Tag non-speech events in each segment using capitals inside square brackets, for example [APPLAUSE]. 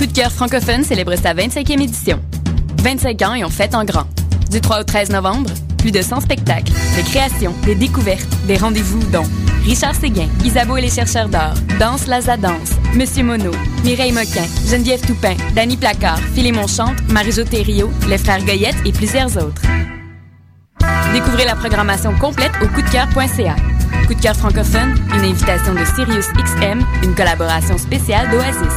Liqueurs francophones célèbre sa 25e édition. 25 ans et on fête en grand. Du 3 au 13 novembre, plus de 100 spectacles, des créations, des découvertes, des rendez-vous dont Richard Séguin, Isabeau et les chercheurs d'or, Danse Laza Danse, Monsieur Mono, Mireille Moquin, Geneviève Toupin, Danny Placard, Philémon Chante, Marie-Jo Thériault, les frères Goyette et plusieurs autres. Découvrez la programmation complète au coupdecoeur.ca. Coup de cœur francophone, une invitation de Sirius XM, une collaboration spéciale d'Oasis.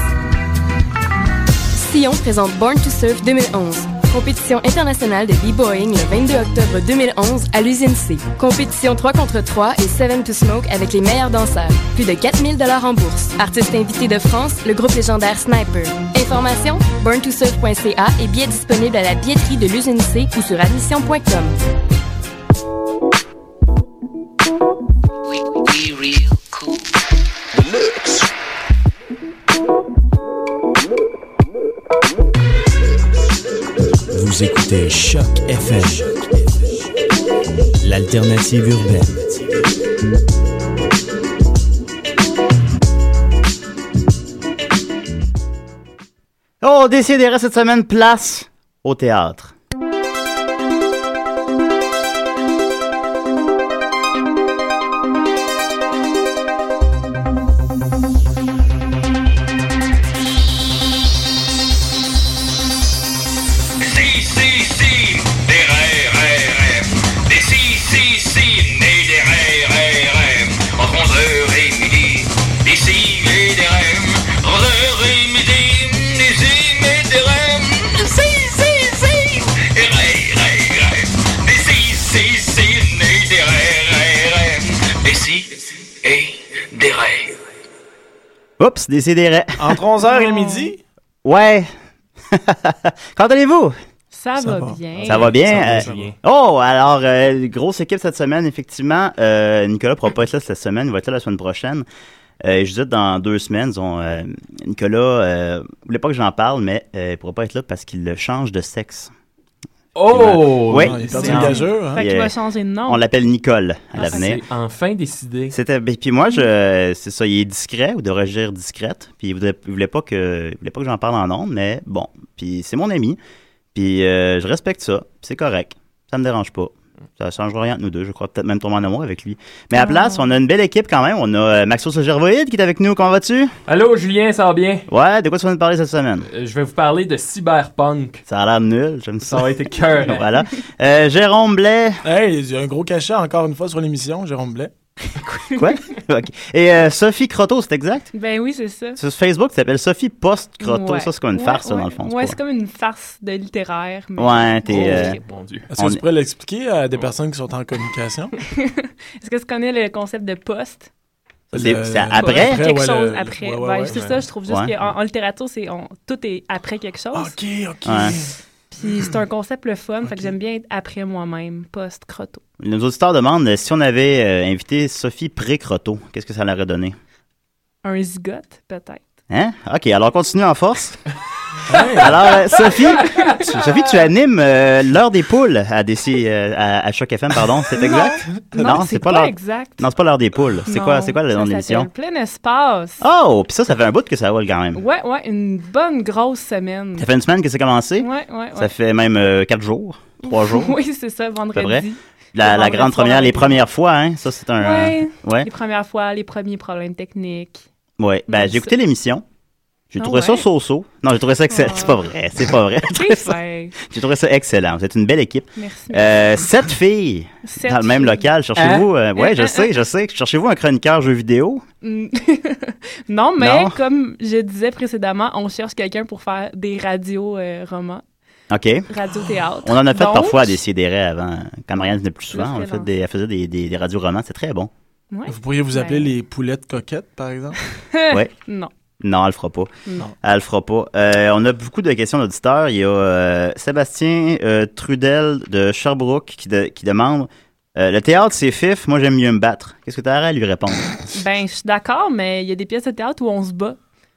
Sion présente Born to Surf 2011. Compétition internationale de b-boying le 22 octobre 2011 à l'usine C. Compétition 3 contre 3 et 7 to Smoke avec les meilleurs danseurs. Plus de 4000 dollars en bourse. Artistes invités de France, le groupe légendaire Sniper. Informations borntosurf.ca et billets disponibles à la billetterie de l'usine C ou sur admission.com. Vous écoutez Choc FM, l'alternative urbaine. Oh, On décidera cette semaine place au théâtre. Si, si, si, des RRF. Des si, si, si, nés des RRF. Entre 11h et midi, des si et des REM. Entre 11h et midi, des si et des REM. Si, si, si, des RRF. Des si, si, si, nés des RRF. Des si et des RRF. Oups, décidérez. Entre 11h et le midi? [LAUGHS] Ouais. Quand allez-vous? Ça, va, bien. Ça va bien. Ça va, euh, ça va bien. Oh, alors, euh, grosse équipe cette semaine, effectivement. Euh, Nicolas ne pourra pas être là cette semaine, il va être là la semaine prochaine. Euh, je dis dans deux semaines, disons, euh, Nicolas, euh, voulait pas que j'en parle, mais euh, il ne pourra pas être là parce qu'il change de sexe. Oh! Ouais. Non, Il est C'est perdu une en- gageure, hein? Fait qu'il Yeah. va changer de nom. euh, On l'appelle Nicole à Ah, l'avenir. Enfin décidé. C'était ben, puis moi je c'est ça il est discret ou devrais-je dire discrète puis il voudrait, il voulait pas que il voulait pas que j'en parle en ondes mais bon puis c'est mon ami puis euh, je respecte ça puis c'est correct ça me dérange pas ça changera rien entre nous deux je crois peut-être même tomber en amour avec lui mais à Ah. place on a une belle équipe quand même on a euh, Maxos le Gervoïde qui est avec nous comment vas-tu Allô, Julien, ça va bien? ouais de quoi tu vas nous parler cette semaine Euh, je vais vous parler de cyberpunk. ça a l'air nul j'aime ça Ça va être [LAUGHS] cœur. voilà Euh, Jérôme Blais Hey, il y a un gros cachet encore une fois sur l'émission, Jérôme Blais. quoi [LAUGHS] Ok. et euh, Sophie Croteau c'est exact Ben oui, c'est ça. sur Facebook tu t'appelles Sophie Post Croteau Ouais. ça c'est comme une Ouais, farce ça, dans ouais. le fond c'est Ouais, pas- c'est comme une farce de littéraire. mais- Ouais, t'es, euh, Oh, Mon Dieu. Est-ce On que tu est- pourrais l'expliquer à des personnes qui sont en communication? Est-ce que tu connais le concept de poste? C'est- Le- c'est après? Ben, Quelque ouais, chose Euh, le- après. ouais, Ouais, ouais, ouais. c'est ça, je trouve juste Ouais. qu'en en littérature, c'est on- tout est après quelque chose. Ok, ok. Ouais. Puis c'est un concept le fun, fait Ok. que j'aime bien être après moi-même, post-croto. Nos auditeurs demandent euh, si on avait euh, invité Sophie Pré-Croteau, qu'est-ce que ça l'aurait donné? Un zigote, peut-être. Hein? OK, alors continue en [LAUGHS] force. Hey, Alors, euh, Sophie, tu, Sophie, tu animes euh, l'heure des poules à, DC, euh, à, à Choc FM, pardon, c'est exact? c'est pas, l'heure... exact. Non, c'est pas l'heure des poules. C'est quoi, Non, c'est quoi le ça nom de l'émission? s'appelle Plein espace. Oh, puis ça, ça fait un bout que ça roule quand même. Ouais, ouais, une bonne grosse semaine. Ça fait une semaine que c'est commencé. Ouais, ouais, ouais. Ça fait même euh, quatre jours, [LAUGHS] trois jours. Oui, c'est ça, vendredi. vrai? La, la vendredi grande soir. première, les premières fois, hein? Ça, c'est un... Ouais. Ouais. Les premières fois, les premiers problèmes techniques. Ouais, ben Ouais, j'ai écouté l'émission. J'ai Ah trouvé ça ouais? so-so. Non, j'ai trouvé ça excellent. Ah. C'est pas vrai, [LAUGHS] c'est pas vrai. T'es fin. [LAUGHS] j'ai trouvé ça excellent. Vous êtes une belle équipe. Merci. Euh, sept filles Sept dans le même filles. local. Cherchez-vous. euh, ouais, Hein, je hein, sais, je sais. Cherchez-vous un chroniqueur jeux vidéo. Mm. [LAUGHS] non, mais Non. comme je disais précédemment, on cherche quelqu'un pour faire des euh, radios-romans, OK. radio-théâtre. On en a fait Donc, parfois à Décideret avant. Quand Marianne venait plus souvent, Je on a fais fait dans- des, elle faisait des, des, des radios romans. C'est très bon. ouais. Vous pourriez vous appeler Ouais. les poulettes coquettes, par exemple? Euh. Ouais. Non. Non, elle le fera pas. Non. Elle le fera pas. Euh, on a beaucoup de questions d'auditeurs. Il y a euh, Sébastien euh, Trudel de Sherbrooke qui, de- qui demande euh, Le théâtre, c'est fif. Moi, j'aime mieux me [LAUGHS] battre. Qu'est-ce que tu as à lui répondre Ben, je suis d'accord, mais il y a des pièces de théâtre où on se bat.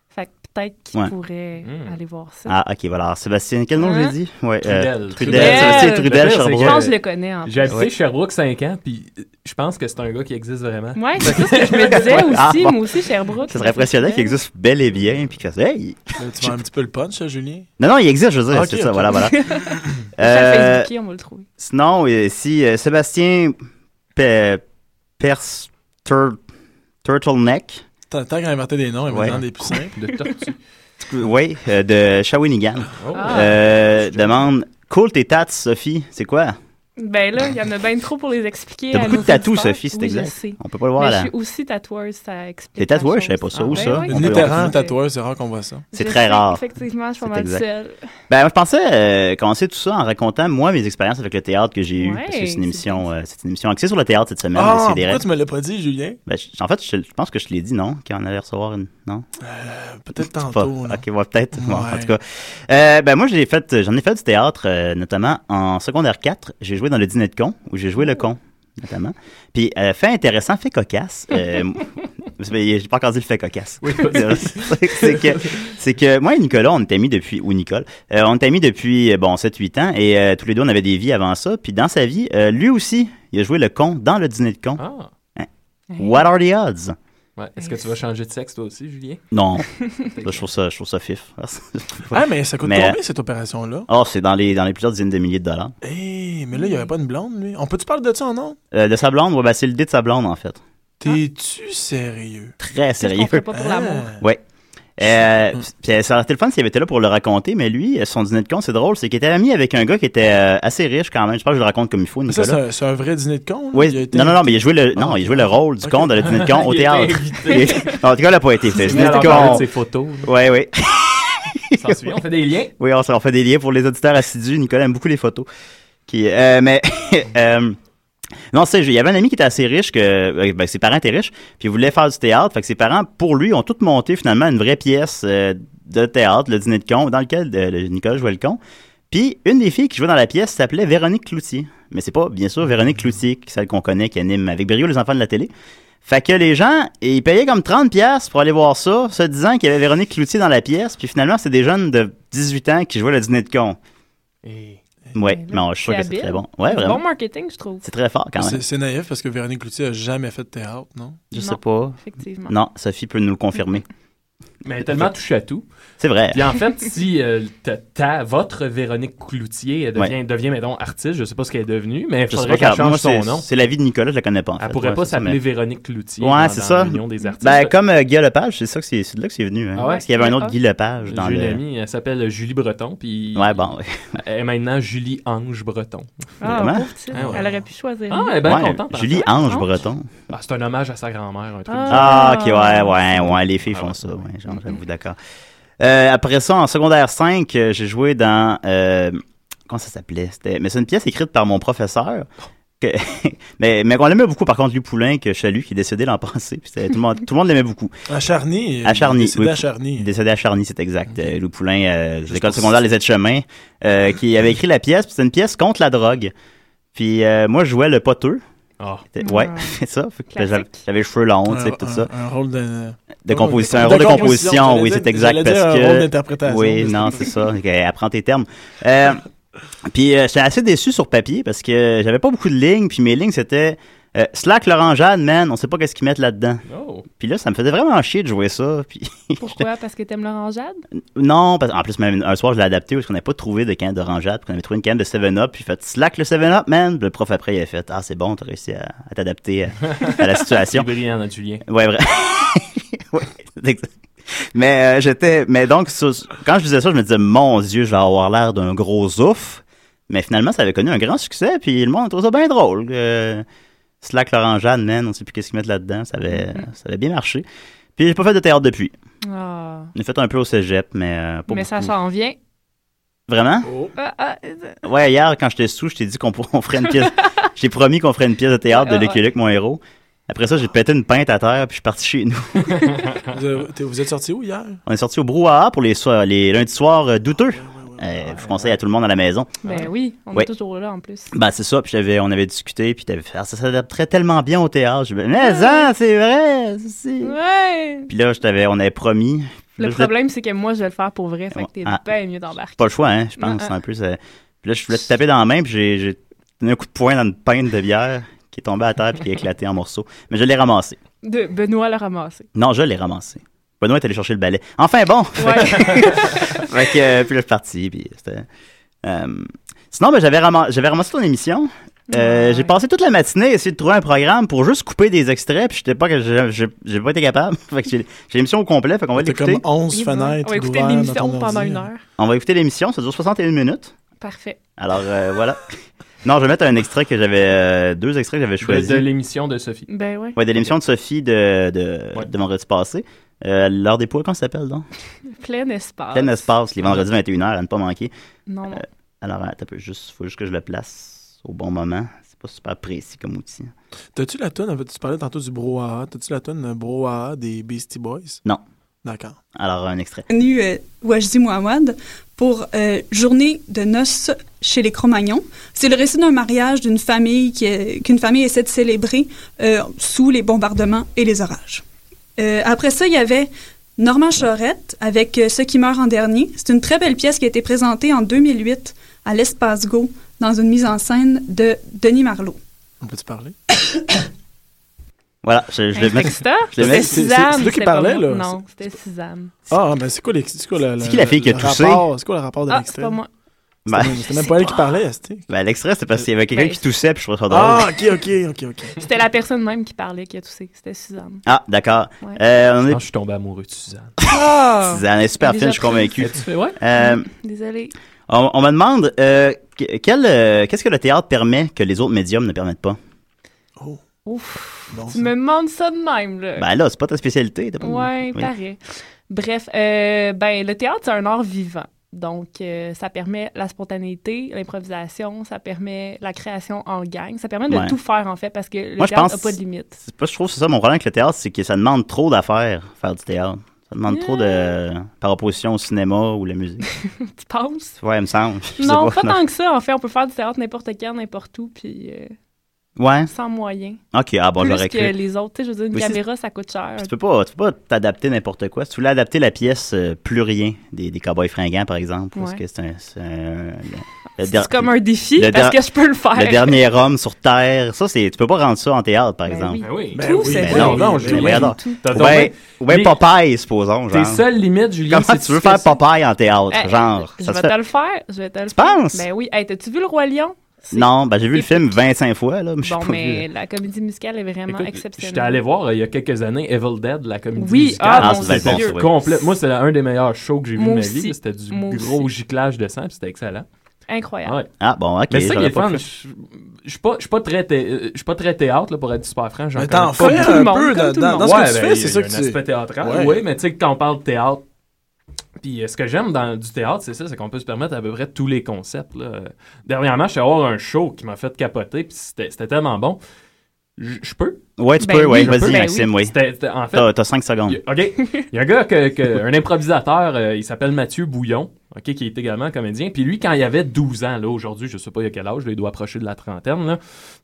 Fait que peut-être qu'ils Ouais. pourraient Hmm. aller voir ça. Ah, ok, voilà. Alors, Sébastien, quel nom j'ai Hein? dit Ouais, euh, Trudel. Trudel. Sébastien Trudel, Trudel. Le pire, c'est je pense Sherbrooke. que je le connais en J'ai habité Ouais. Sherbrooke 5 ans, puis euh, je pense que c'est un gars qui existe vraiment. Ouais, c'est ça ce que [LAUGHS] je me disais aussi. Ah, bon. Moi aussi, Sherbrooke. Ça serait impressionnant qu'il existe bel et bien, puis que ça- hey! Là, tu vois un petit peu le punch, hein, Julien? Non, non, il existe, je veux dire, Ok, c'est ça, ok. voilà, voilà. Sur Euh, Facebook, on va le trouver. sinon, euh, si euh, Sébastien Pe- Perce Tur- Turtleneck, Tant tant qu'à inventer des noms, et Ouais. maintenant des plus simples. De [LAUGHS] tortue. oui, euh, de Shawinigan, Oh. Ah. euh, demande Cool tes tats, Sophie, c'est quoi Ben là, il y en a bien trop pour les expliquer. T'as à beaucoup nos de tatous, auditeurs. Sophie, c'est oui, exact. Je sais. On peut pas le voir Mais je là. suis aussi tatoueuse, ça explique. T'es tatoueuse, la je savais pas chose. ça, où ben ça? oui. On Une peut- éthérant tatoueur, c'est rare qu'on voit ça. C'est Je très sais, rare. Effectivement, je suis pas C'est mal exact. seule. Ben, moi, je pensais euh, commencer tout ça en racontant, moi, mes expériences avec le théâtre que j'ai eues. Ouais, Parce que c'est une c'est émission, euh, c'est une émission axée sur le théâtre cette semaine. Ah, c'est des pourquoi tu me l'as pas dit, Julien? Ben, je- en fait, je, je pense que je te l'ai dit, non? Qu'il en allait recevoir une. Non? Euh, Peut-être C'est pas- tantôt. là. ok, ouais, peut-être. Bon, en Ouais. tout cas. Euh, ben, moi, j'ai fait, j'en ai fait du théâtre, euh, notamment en secondaire 4. J'ai joué dans le dîner de con, où j'ai joué le con, notamment. Puis, euh, fait intéressant, fait cocasse. Euh, c'est- ben, j'ai pas encore dit le fait cocasse. Oh, Oui, [LAUGHS] vas-y. c'est que, c'est que moi et Nicolas, on était mis depuis, ou Nicole, euh, on était mis depuis, euh, bon, 7-8 ans, et euh, tous les deux, on avait des vies avant ça. Puis, dans sa vie, euh, lui aussi, il a joué le con dans le dîner de con. Ah. What are the odds? Ouais. Est-ce que tu vas changer de sexe toi aussi, Julien? Non, Ça, je trouve ça, je trouve ça fif. [LAUGHS] Ah, mais ça coûte Mais- combien cette opération-là? Oh, c'est dans les, dans les plusieurs dizaines de milliers de dollars. Eh, mais là, il n'y avait pas une blonde, lui. On peut-tu parler de ça en nom? Euh, de sa blonde, ouais, ben, c'est l'idée de sa blonde, en fait. T'es-tu sérieux? Très Je ne sérieux. ferait pas pour l'amour. Ah. Euh, Mm. puis ça aurait été le fun s'il avait été là pour le raconter, mais lui, euh, son dîner de con, c'est drôle, c'est qu'il était ami avec un gars qui était euh, assez riche quand même. Je pense que je le raconte comme il faut, Mais Ça, c'est Nicolas. un, c'est un vrai dîner de Mmh. con? là? Il a Oui, été- non, non, non, mais il jouait le, non, Ah, il ok. jouait le rôle du con dans le dîner de [LAUGHS] con au Il était théâtre. invité. Non, en tout cas, il n'a pas été. C'était le Il dîner de a parlé de con. ses photos. là. Ouais, ouais. On s'en souvient, on fait des liens. Oui, on, s'en- on fait des liens pour les auditeurs assidus. Nicolas aime beaucoup les photos. Qui, euh, mais [LAUGHS] euh, non, c'est il y avait un ami qui était assez riche que euh, ben, ses parents étaient riches, puis il voulait faire du théâtre. Fait que ses parents, pour lui, ont tout monté finalement une vraie pièce euh, de théâtre, le dîner de con, dans lequel euh, le- Nicolas jouait le con. Puis une des filles qui jouait dans la pièce s'appelait Véronique Cloutier. Mais c'est pas bien sûr Véronique Cloutier, celle qu'on connaît, qui anime avec brio les enfants de la télé. Fait que les gens, ils payaient comme 30 pièces pour aller voir ça, se disant qu'il y avait Véronique Cloutier dans la pièce, puis finalement, c'est des jeunes de 18 ans qui jouaient le dîner de con. Et- Ouais, Mais Eh ben là, mais je suis sûr c'est que c'est habile. très bon. Ouais, C'est vraiment. Bon marketing, je trouve, C'est très fort quand même. C'est c'est naïf parce que Véronique Cloutier a jamais fait de théâtre, non? Je Non. sais pas. effectivement. Non, Sophie peut nous le confirmer. Mais tellement touche à tout. C'est vrai. Puis en fait, si euh, ta, ta- votre Véronique Cloutier elle devient, Ouais. devient, mettons, artiste, je sais pas ce qu'elle est devenue, mais il Je sais faudrait qu'elle quand- moi, change son c'est- nom. C'est la vie de Nicolas, je la connais pas. En Elle fait. pourrait Ouais, pas c'est ça, s'appeler mais- Véronique Cloutier Ouais, dans, c'est dans ça. l'Union des artistes. Ben, comme euh, Guy Lepage, c'est ça que c'est c'est de là que c'est venu. Hein. Ah ouais? Parce qu'il y avait un autre Guy Lepage dans J'ai une le. amie, elle s'appelle Julie Breton, puis Ouais, bon, ouais. elle est maintenant Julie Ange Breton. Ah, Vraiment? pauvre petite. Ah ouais. Elle aurait pu choisir. Ah, elle est bien Ouais, contente. par Julie exemple. Ange Ange. Breton. Ah, c'est un hommage à sa grand-mère, un truc. Ah. Ah, ok, ouais, ouais, ouais, les filles Ah font ouais, ça, ouais. ouais, genre, j'avoue, d'accord. Euh, après ça, en secondaire 5, euh, j'ai joué dans, euh, comment ça s'appelait? C'était, mais c'est une pièce écrite par mon professeur. que- [LAUGHS] mais, mais qu'on aimait beaucoup, par contre, lui Poulain, que je salue, qui est décédé l'an passé. Puis c'était- tout, le monde, tout le monde l'aimait beaucoup. À Charny. À Charny, C'est oui. à Charny. Il est décédé à Charny, c'est exact. Ok. Euh, Lou Poulain, euh, de Juste l'école pour- secondaire Les Aides-Chemins, euh, qui avait écrit la pièce. Puis c'était une pièce contre la drogue. Puis euh, moi, je jouais le poteux. Ah. C'était- Ouais, Ah. [LAUGHS] c'est ça. Fait que Classique. j'avais j'avais les cheveux longs, tu Un- sais, puis tout ça. Un, un rôle de. De composition, un Oh, de rôle de composition, composition, j'allais oui, dire- c'est exact. j'allais Parce dire euh, un rôle que. d'interprétation. Oui, Mais non, c'est ça. Ok, apprends tes termes. Euh, puis euh, j'étais assez déçu sur papier parce que j'avais pas beaucoup de lignes, puis mes lignes c'était euh, Slack Laurent Jeanne, man, on sait pas qu'est-ce qu'ils mettent là-dedans. Oh. Puis là, ça me faisait vraiment chier de jouer ça. Puis [LAUGHS] Pourquoi? Parce que t'aimes l'orangeade? non, parce, en plus, même un soir, je l'ai adapté parce qu'on n'avait pas trouvé de canne d'orangeade, puis qu'on avait trouvé une canne de 7-Up, puis fait Slack le 7-Up, man. Puis Le prof après, il a fait Ah, c'est bon, t'as réussi à, à t'adapter à- à la C'est situation. brillant, notre Julien. Ouais, vrai. [LAUGHS] Ouais, c'est exact. mais euh, j'étais. Mais donc, sur- quand je disais ça, je me disais, mon Dieu, je vais avoir l'air d'un gros ouf. Mais finalement, ça avait connu un grand succès, puis le monde trouvait ça bien drôle. Euh, Slack, Laurent Jeanne, man, on sait plus qu'est-ce qu'ils mettent là-dedans. Ça avait, Mm-hmm. ça avait bien marché. Puis j'ai pas fait de théâtre depuis. Ah. J'ai fait un peu au cégep, mais euh, pas Mais ça beaucoup. s'en vient. Vraiment? Ah, ah, euh, Ouais, hier, quand j'étais sous, je t'ai dit qu'on pour- [LAUGHS] on ferait une pièce. j'ai promis qu'on ferait une pièce de théâtre de Ah, ouais. Lucky Luke, mon héros. Après ça, j'ai pété une pinte à terre, puis je suis parti chez nous. Vous avez- t'es- vous êtes sorti où hier? On est sorti au brouhaha pour les, so- les lundis soirs euh, douteux. Euh, je conseille à tout le monde à la maison. Ben oui, on Ouais. est toujours là en plus. Ben, c'est ça. Puis j'avais- on avait discuté. Puis t'avais fait, Ah, ça s'adapterait tellement bien au théâtre. Je me mais hein, c'est vrai. c'est- Ouais! Puis là, je t'avais, on avait promis. Le Là, je problème, c'est que moi, je vais le faire pour vrai. Fait que t'es Ah. bien mieux d'embarquer. Pas le choix, hein, je pense. Non, un peu, ça- Puis là, je voulais te taper dans la main, puis j'ai- j'ai donné un coup de poing dans une pinte de bière qui est tombée à terre puis qui a éclaté en morceaux. Mais je l'ai ramassé. De Benoît [LAUGHS] le ramasser. Non, je l'ai ramassé. Benoît est allé chercher le balai. Enfin [LAUGHS] bon! Ouais. Fait que, euh, puis là, je suis parti, puis c'était... euh, Sinon, ben, j'avais ramas- j'avais ramassé ton émission. Euh, Ouais. J'ai passé toute la matinée à essayer de trouver un programme pour juste couper des extraits, puis j'étais pas que j'ai- j'ai j'ai pas été capable. [LAUGHS] fait que j'ai j'ai l'émission au complet, fait qu'on va T'as l'écouter. comme 11 On fenêtres. va écouter d'ouvert dans l'émission ton pendant ordi. une heure. On va écouter l'émission, ça dure 61 minutes. Parfait. Alors euh, voilà. Non, je vais mettre un extrait que j'avais. euh, deux extraits que j'avais De, choisis. Ben, de l'émission de Sophie. Ben ouais. Ouais, de l'émission de Sophie de, de, Ouais. de vendredi passé. Euh, L'heure des poids, comment ça s'appelle, donc Plein Ah, espace. Plein espace, les vendredis 21h, à ne pas manquer. Non, non. Euh, Alors, attends, un peu, juste, faut juste que je le place au bon moment. C'est pas super précis comme outil. T'as-tu la tonne, tu parlais tantôt du brouhaha, t'as-tu la tonne brouhaha des Beastie Boys? Non. D'accord. Alors, un extrait. connu euh, Ouajdi Mohamed pour euh, Journée de noces chez les Cro-Magnons. C'est le récit d'un mariage d'une famille qui est- qu'une famille essaie de célébrer euh, sous les bombardements et les orages. Euh, après ça, il y avait Normand Charette avec euh, Ceux qui meurent en dernier. C'est une très belle pièce qui a été présentée en 2008 à l'Espace Go dans une mise en scène de Denis Marlot. On peut-tu parler? Voilà, je, je Hey, le mets. fait que ça, je le C'était c'est- mets- c'est- Suzanne. c'est toi qui c'était pas parlais, moi. là. Non, c'était Suzanne. Ah, mais c'est quoi, les- c'est quoi le, le- C'est qui la fille qui a le toussé? rapport- C'est quoi le rapport de Ah, c'est l'extrait? pas moi. Ben, C'était même- C'était même pas elle qui parlait, c'était. ben, l'extrait, c'est parce qu'il y avait quelqu'un Ben, qui toussait, puis je trouvais ça drôle. Ah, ok, ok, ok, ok. C'était la personne même qui parlait qui a toussé. C'était Suzanne. Ah, d'accord. Ouais. Euh, on Je est pense que Ah, je suis tombé amoureux de Suzanne. Ah! Elle est super Déjà fine, je suis prise. convaincu. As-tu fait- ouais? Euh, Désolée. On, on me demande euh, que- quel, euh, qu'est-ce que le théâtre permet que les autres médiums ne permettent pas. Oh, Ouf. bon. Tu me demandes ça de même, là. Ben là, c'est pas ta spécialité. t'as pas- Ouais, Oui. pareil. Bref, euh, ben, le théâtre, c'est un art vivant. Donc, euh, ça permet la spontanéité, l'improvisation, ça permet la création en gang, ça permet de Ouais. tout faire, en fait, parce que le Moi, je théâtre n'a pense- pas de limite. C'est pas, je trouve que c'est ça mon problème avec le théâtre, c'est que ça demande trop d'affaires, faire du théâtre. Ça demande trop de. par opposition au cinéma ou la musique. [LAUGHS] Tu penses? Ouais, il me semble. Je sais Non, pas. pas, tant que ça, en fait. On peut faire du théâtre n'importe quand, n'importe où, puis euh, Ouais. sans moyen. Ok, ah bon, Plus j'aurais que cru. les autres. Tu sais, je veux dire, une Oui, c'est- caméra, ça coûte cher. Puis Tu peux pas, tu peux pas t'adapter n'importe quoi. Si tu voulais adapter la pièce euh, plus rien des, des cowboys fringants, par exemple, parce Ouais. que c'est un. c'est un- le- le C'est der- comme un défi, le [LAUGHS] parce der- que je peux le faire. le [LAUGHS] dernier homme sur Terre, ça, c'est, tu peux pas rendre ça en théâtre, par Ben exemple. oui. Ben oui. Ben oui, c'est ben vrai. non, non, Ben je- voyons donc. Ou T'as donc ben, bien- ou ben les- Popeye, supposons, genre. Tes seules limites, Julien, Comment tu veux faire Popeye en théâtre, Eh, genre? Je Ça vais se fait- te le faire. Je vais te le Tu faire. penses? Ben oui. Hey, t'as-tu vu Le Roi Lion? C'est- Non, ben j'ai vu le épique. film 25 fois, là, mais je Bon, pas mais vu. la comédie musicale est vraiment Écoute, exceptionnelle. J'étais allé voir euh, il y a quelques années Evil Dead, la comédie Oui, musicale. ah, mon Ah, c'est Dieu. Alphonse, oui. complet. Moi, c'est un des meilleurs shows que j'ai vu Moi de ma aussi. vie. C'était du Moi gros aussi. giclage de sang, puis c'était excellent. Incroyable. Ouais. Ah, bon, ok. Mais c'est ça qui j'aurais est pas fun. Je cru. je suis pas, je suis pas très, thé- euh, je suis pas très théâtre là, pour être super franc. J'en Mais t'en fais connais pas tout le un monde, peu comme dans, tout le dans, monde. dans ce Ouais, que tu ben, fais, il y c'est a ça un que tu aspect théâtral. Ouais. Oui, mais tu sais, quand on parle théâtre, puis euh, ce que j'aime dans du théâtre, c'est ça, c'est qu'on peut se permettre à peu près tous les concepts. Là. Euh, Dernièrement, je suis allé voir un show qui m'a fait capoter, puis c'était c'était tellement bon. Je je peux? Ouais, tu Ben peux, oui, ouais, je vas-y, peux, ben Maxime, oui. Ah, C'était- c'était- en fait, T'as, 5 secondes. il- OK. Il y a un gars, que, que- un improvisateur, euh, il s'appelle Mathieu Bouillon, OK, qui est également comédien. Puis lui, quand il avait 12 ans, là, aujourd'hui, je sais pas il y a quel âge, là, il doit approcher de la trentaine, là.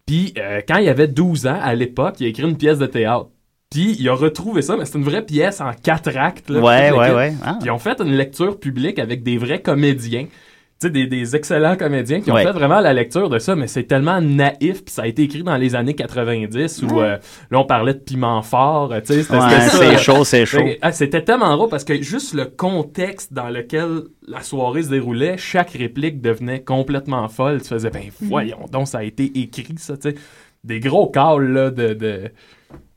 Puis euh, quand il avait 12 ans, à l'époque, il a écrit une pièce de théâtre. Puis il a retrouvé ça, mais c'est une vraie pièce en quatre actes. là, Ouais, toute ouais, l'équipe. ouais. Ah, Puis ils ont fait une lecture publique avec des vrais comédiens. Tu sais, des, des excellents comédiens qui ont Ouais. fait vraiment la lecture de ça, mais c'est tellement naïf, puis ça a été écrit dans les années 90, où euh, là, on parlait de piment fort, euh, tu sais, c'était c'était ouais, ça. c'est chaud, c'est chaud. Fait que, ah, C'était tellement rare parce que juste le contexte dans lequel la soirée se déroulait, chaque réplique devenait complètement folle. Tu faisais, ben voyons donc, ça a été écrit, ça, tu sais. Des gros calls, là, de... de-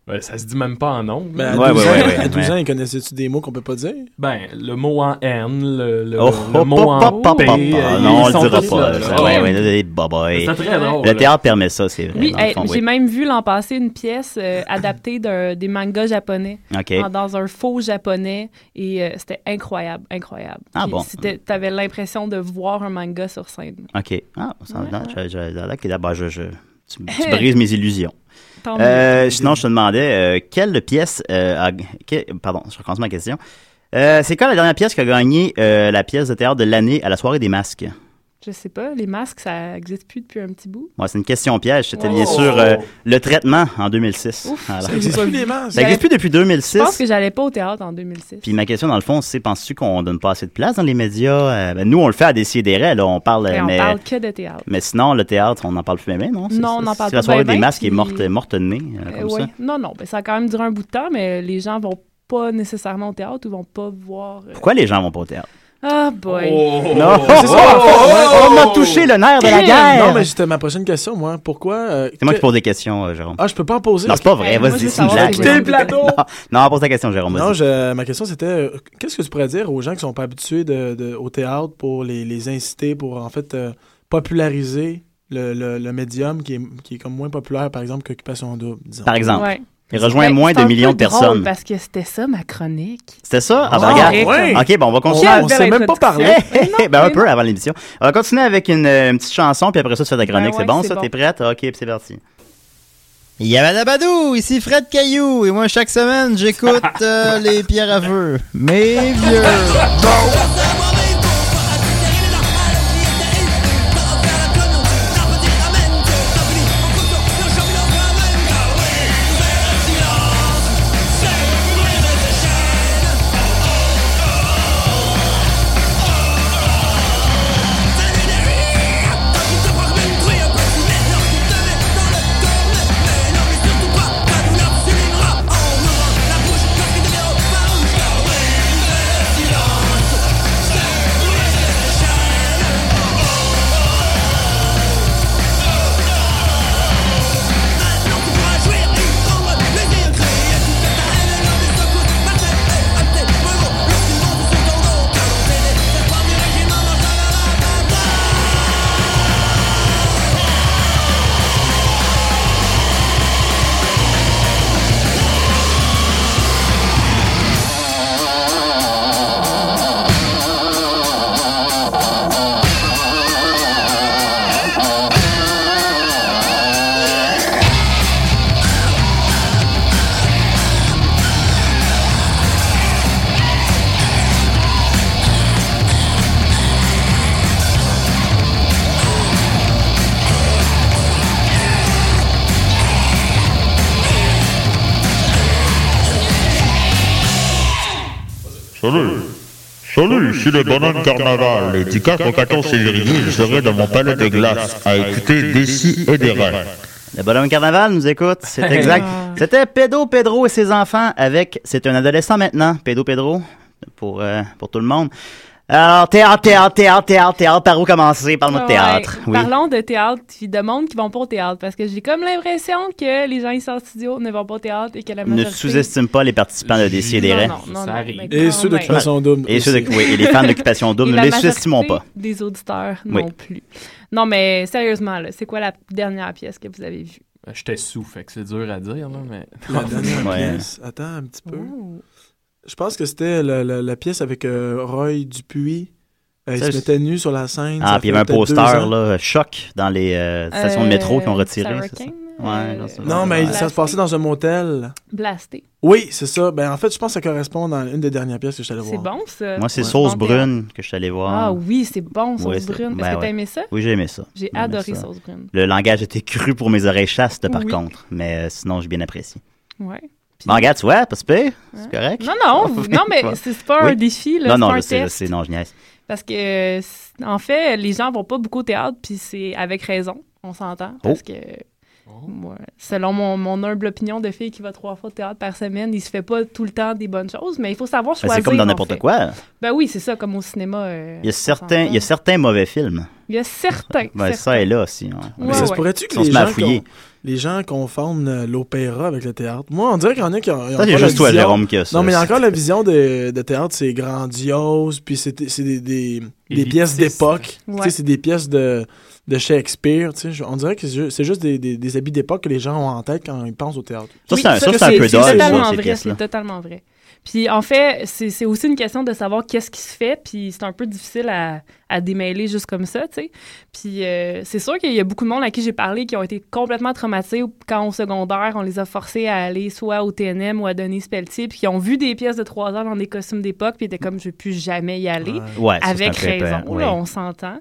Ouais, ça se dit même pas en nom. Mais à Ouais, 12 ouais, ouais, ans- ouais, à 12 ouais. ans, ils connaissaient-tu des mots qu'on peut pas dire? Ben, le mot en N, le, le, Oh, le oh, mot oh, en oh, oh, P, oh, oh, euh, Non, on ils le sont dira tous pas. là. là, là. Ouais, Ouais. ouais, des boboys. C'était très drôle. Le là. théâtre permet ça, c'est vrai. Oui, dans le hey, fond, j'ai oui. même vu l'an passé une pièce [COUGHS] euh, adaptée d'un- des mangas japonais OK. en- dans un faux japonais et euh, c'était incroyable, incroyable. Ah Puis bon. c'était- T'avais l'impression de voir un manga sur scène. OK. Ah, ça Ouais, non, ouais. je- je- là, que d'abord, je- je- tu, tu brises mes illusions. Oh, Tant Euh, sinon, je te demandais, euh, quelle pièce euh, a- que- Pardon, je recommence ma question. Euh, c'est quand la dernière pièce qui a gagné euh, la pièce de théâtre de l'année à la soirée des masques? mieux. Je sais pas, les masques, ça n'existe plus depuis un petit bout. Bon, c'est une question piège. C'était lié Oh! sur euh, le traitement en 2006. Ouf, Alors, Ça ça existe plus des masques. n'existe plus depuis Je pense 2006. que j'allais pas au théâtre en 2006. Puis ma question, dans le fond, c'est penses-tu qu'on donne pas assez de place dans les médias? Euh, ben, nous, on le fait à décider, là, on parle, Et euh, on mais, parle que de théâtre. mais sinon, le théâtre, on n'en parle plus même, non? C'est- Non, on c'est- n'en parle c'est La pas soirée ben des ben, masques est puis- morte, morte de nez, euh, Euh, comme ouais. ça. Non, non, ben, ça a quand même duré un bout de temps, mais les gens vont pas nécessairement au théâtre ou vont pas voir. euh, Pourquoi les gens vont pas au théâtre? Ah, boy. Oh. Non, Oh, c'est [LAUGHS] ça, en fait. on m'a touché le nerf de la guerre! oh. Non, mais c'était ma prochaine question, moi. Pourquoi. euh, C'est moi que- qui pose des questions, euh, Jérôme. Ah, je peux pas en poser. non, c'est pas vrai, Moi, je vas-y, veux c'est une savoir blague. si j'ai- plateau! Non, pose ta question, Jérôme, Non, vas-y. je- ma question c'était euh, qu'est-ce que tu pourrais dire aux gens qui sont pas habitués de, de- au théâtre pour les, les inciter, pour en fait euh, populariser le, le- le médium qui est, qui est comme moins populaire, par exemple, qu'Occupation Double, disons. Par exemple, Ouais. il rejoint Ben, moins c'est de un millions de peu drôle personnes. Parce que c'était ça ma chronique. C'était ça? Ah, ben, Ah, regarde. ouais. Ok, bon, on va On, continuer. Quelle on belle s'est même pas introduction. parlé. [LAUGHS] Hey, hey, [LAUGHS] ben, mais un peu avant l'émission. On va continuer avec une, euh, une petite chanson, puis après ça, tu fais ta chronique. Ben c'est ouais, bon, c'est ça? bon. T'es prête? Ok, puis c'est parti. Yabadabadou, ici Fred Caillou, et moi chaque semaine [LAUGHS] j'écoute euh, les pierres à feu. Mes vieux! Salut. Salut, ici le bonhomme carnaval. Du 4 au 14 février, je serai dans mon palais de glace à écouter Dessy et des rêves. Le bonhomme carnaval nous écoute, c'est [LAUGHS] exact. C'était Pedro Pedro et ses enfants avec. C'est un adolescent maintenant, Pedro Pedro, pour, euh, pour tout le monde. Alors, théâtre, théâtre, théâtre, théâtre, théâtre, par où commencer? Parle-moi de Ouais. théâtre. Oui. Parlons de théâtre puis de monde qui vont pas au théâtre parce que j'ai comme l'impression que les gens ici en studio ne vont pas au théâtre et que la Ne majorité... sous-estime pas les participants de Décideret. Non, non, non, Ça non, arrive. mais Et quand ceux même. d'Occupation Double. Et, ceux de- aussi. oui, et les fans [LAUGHS] d'Occupation Et Double, ne la les sous-estimons majorité pas. des auditeurs Oui. non plus. Non, mais sérieusement, là, c'est quoi la dernière pièce que vous avez vue? Ben, J'étais sous, fait que c'est dur à dire, là, mais. La dernière Ouais. pièce. Attends un petit peu. Je pense que c'était la, la- la pièce avec euh, Roy Dupuis. Euh, il Ça, se je- mettait nu sur la scène. Ah, ça puis il y fait avait un peut-être deux poster, ans. là, choc, dans les euh, stations de métro qui ont retiré. c'est ça? Ouais, non, c'est vrai. Non, mais Ouais. ça se passait dans un motel. Blasté. Oui, c'est ça. Ben, en fait, je pense que ça correspond à une des dernières pièces que je suis allé voir. C'est bon, ça? Moi, c'est Ouais. Sauce Bon théâtre. Brune que je suis allé voir. Ah oui, c'est bon, sauce Ouais, c'est- brune. Est-ce ben que ouais. t'as aimé ça? Oui, j'ai aimé ça. J'ai aimé adoré ça. sauce brune. Le langage était cru pour mes oreilles chastes, par Oui. contre. Mais euh, sinon, j'ai bien apprécié. [LAUGHS] Ouais. Puis- Bon, regarde, tu vois, pas super. Hein? C'est correct. Non, non, vous- non, mais c'est c'est pas un Oui. défi, là. non, c'est non, pas je un sais, je test. sais. Non, je niaise. Parce que, c'est- en fait, les gens vont pas beaucoup au théâtre, puis c'est avec raison, on Oh. s'entend. Parce que, moi, selon mon, mon humble opinion de fille qui va trois fois au théâtre par semaine, il se fait pas tout le temps des bonnes choses, mais il faut savoir Ben, choisir. c'est comme dans en n'importe fait. quoi. Ben oui, c'est ça, comme au cinéma. euh, Il y a on certains, s'entend. il y a certains mauvais films. Il y [LAUGHS] a certains. Ben, certains. ça est là aussi. hein. Ah, Mais Ouais, ça se ouais. pourrait-tu que On se les met à gens, fouiller. con- les gens confondent euh, l'opéra avec le théâtre? Moi, on dirait qu'il y en a qui ont. ils ont Ça, c'est pas la juste toi, vision- Jérôme, qui a ça. Non, mais il y a C'est- encore la vision de, de théâtre, c'est grandiose, puis c'est c'est des, des, des Élitiste. pièces d'époque. Ouais. Tu sais, C'est des pièces de, de Shakespeare. tu sais. Je- On dirait que c'est ju- c'est juste des, des- des habits d'époque que les gens ont en tête quand ils pensent au théâtre. Ça, Oui, c'est un, ça, ça, c'est un peu C'est dole, totalement ça, ces vrai, pièces-là. c'est totalement vrai. Puis en fait, c'est c'est aussi une question de savoir qu'est-ce qui se fait, puis c'est un peu difficile à, à démêler juste comme ça, tu sais. Puis euh, c'est sûr qu'il y a beaucoup de monde à qui j'ai parlé qui ont été complètement traumatisés quand au secondaire, on les a forcés à aller soit au TNM ou à donner Pelletier, puis qui ont vu des pièces de trois heures dans des costumes d'époque, puis étaient comme « je ne plus jamais y aller Ouais, ça, c'est un avec peu raison, épeurant, là, oui. on s'entend.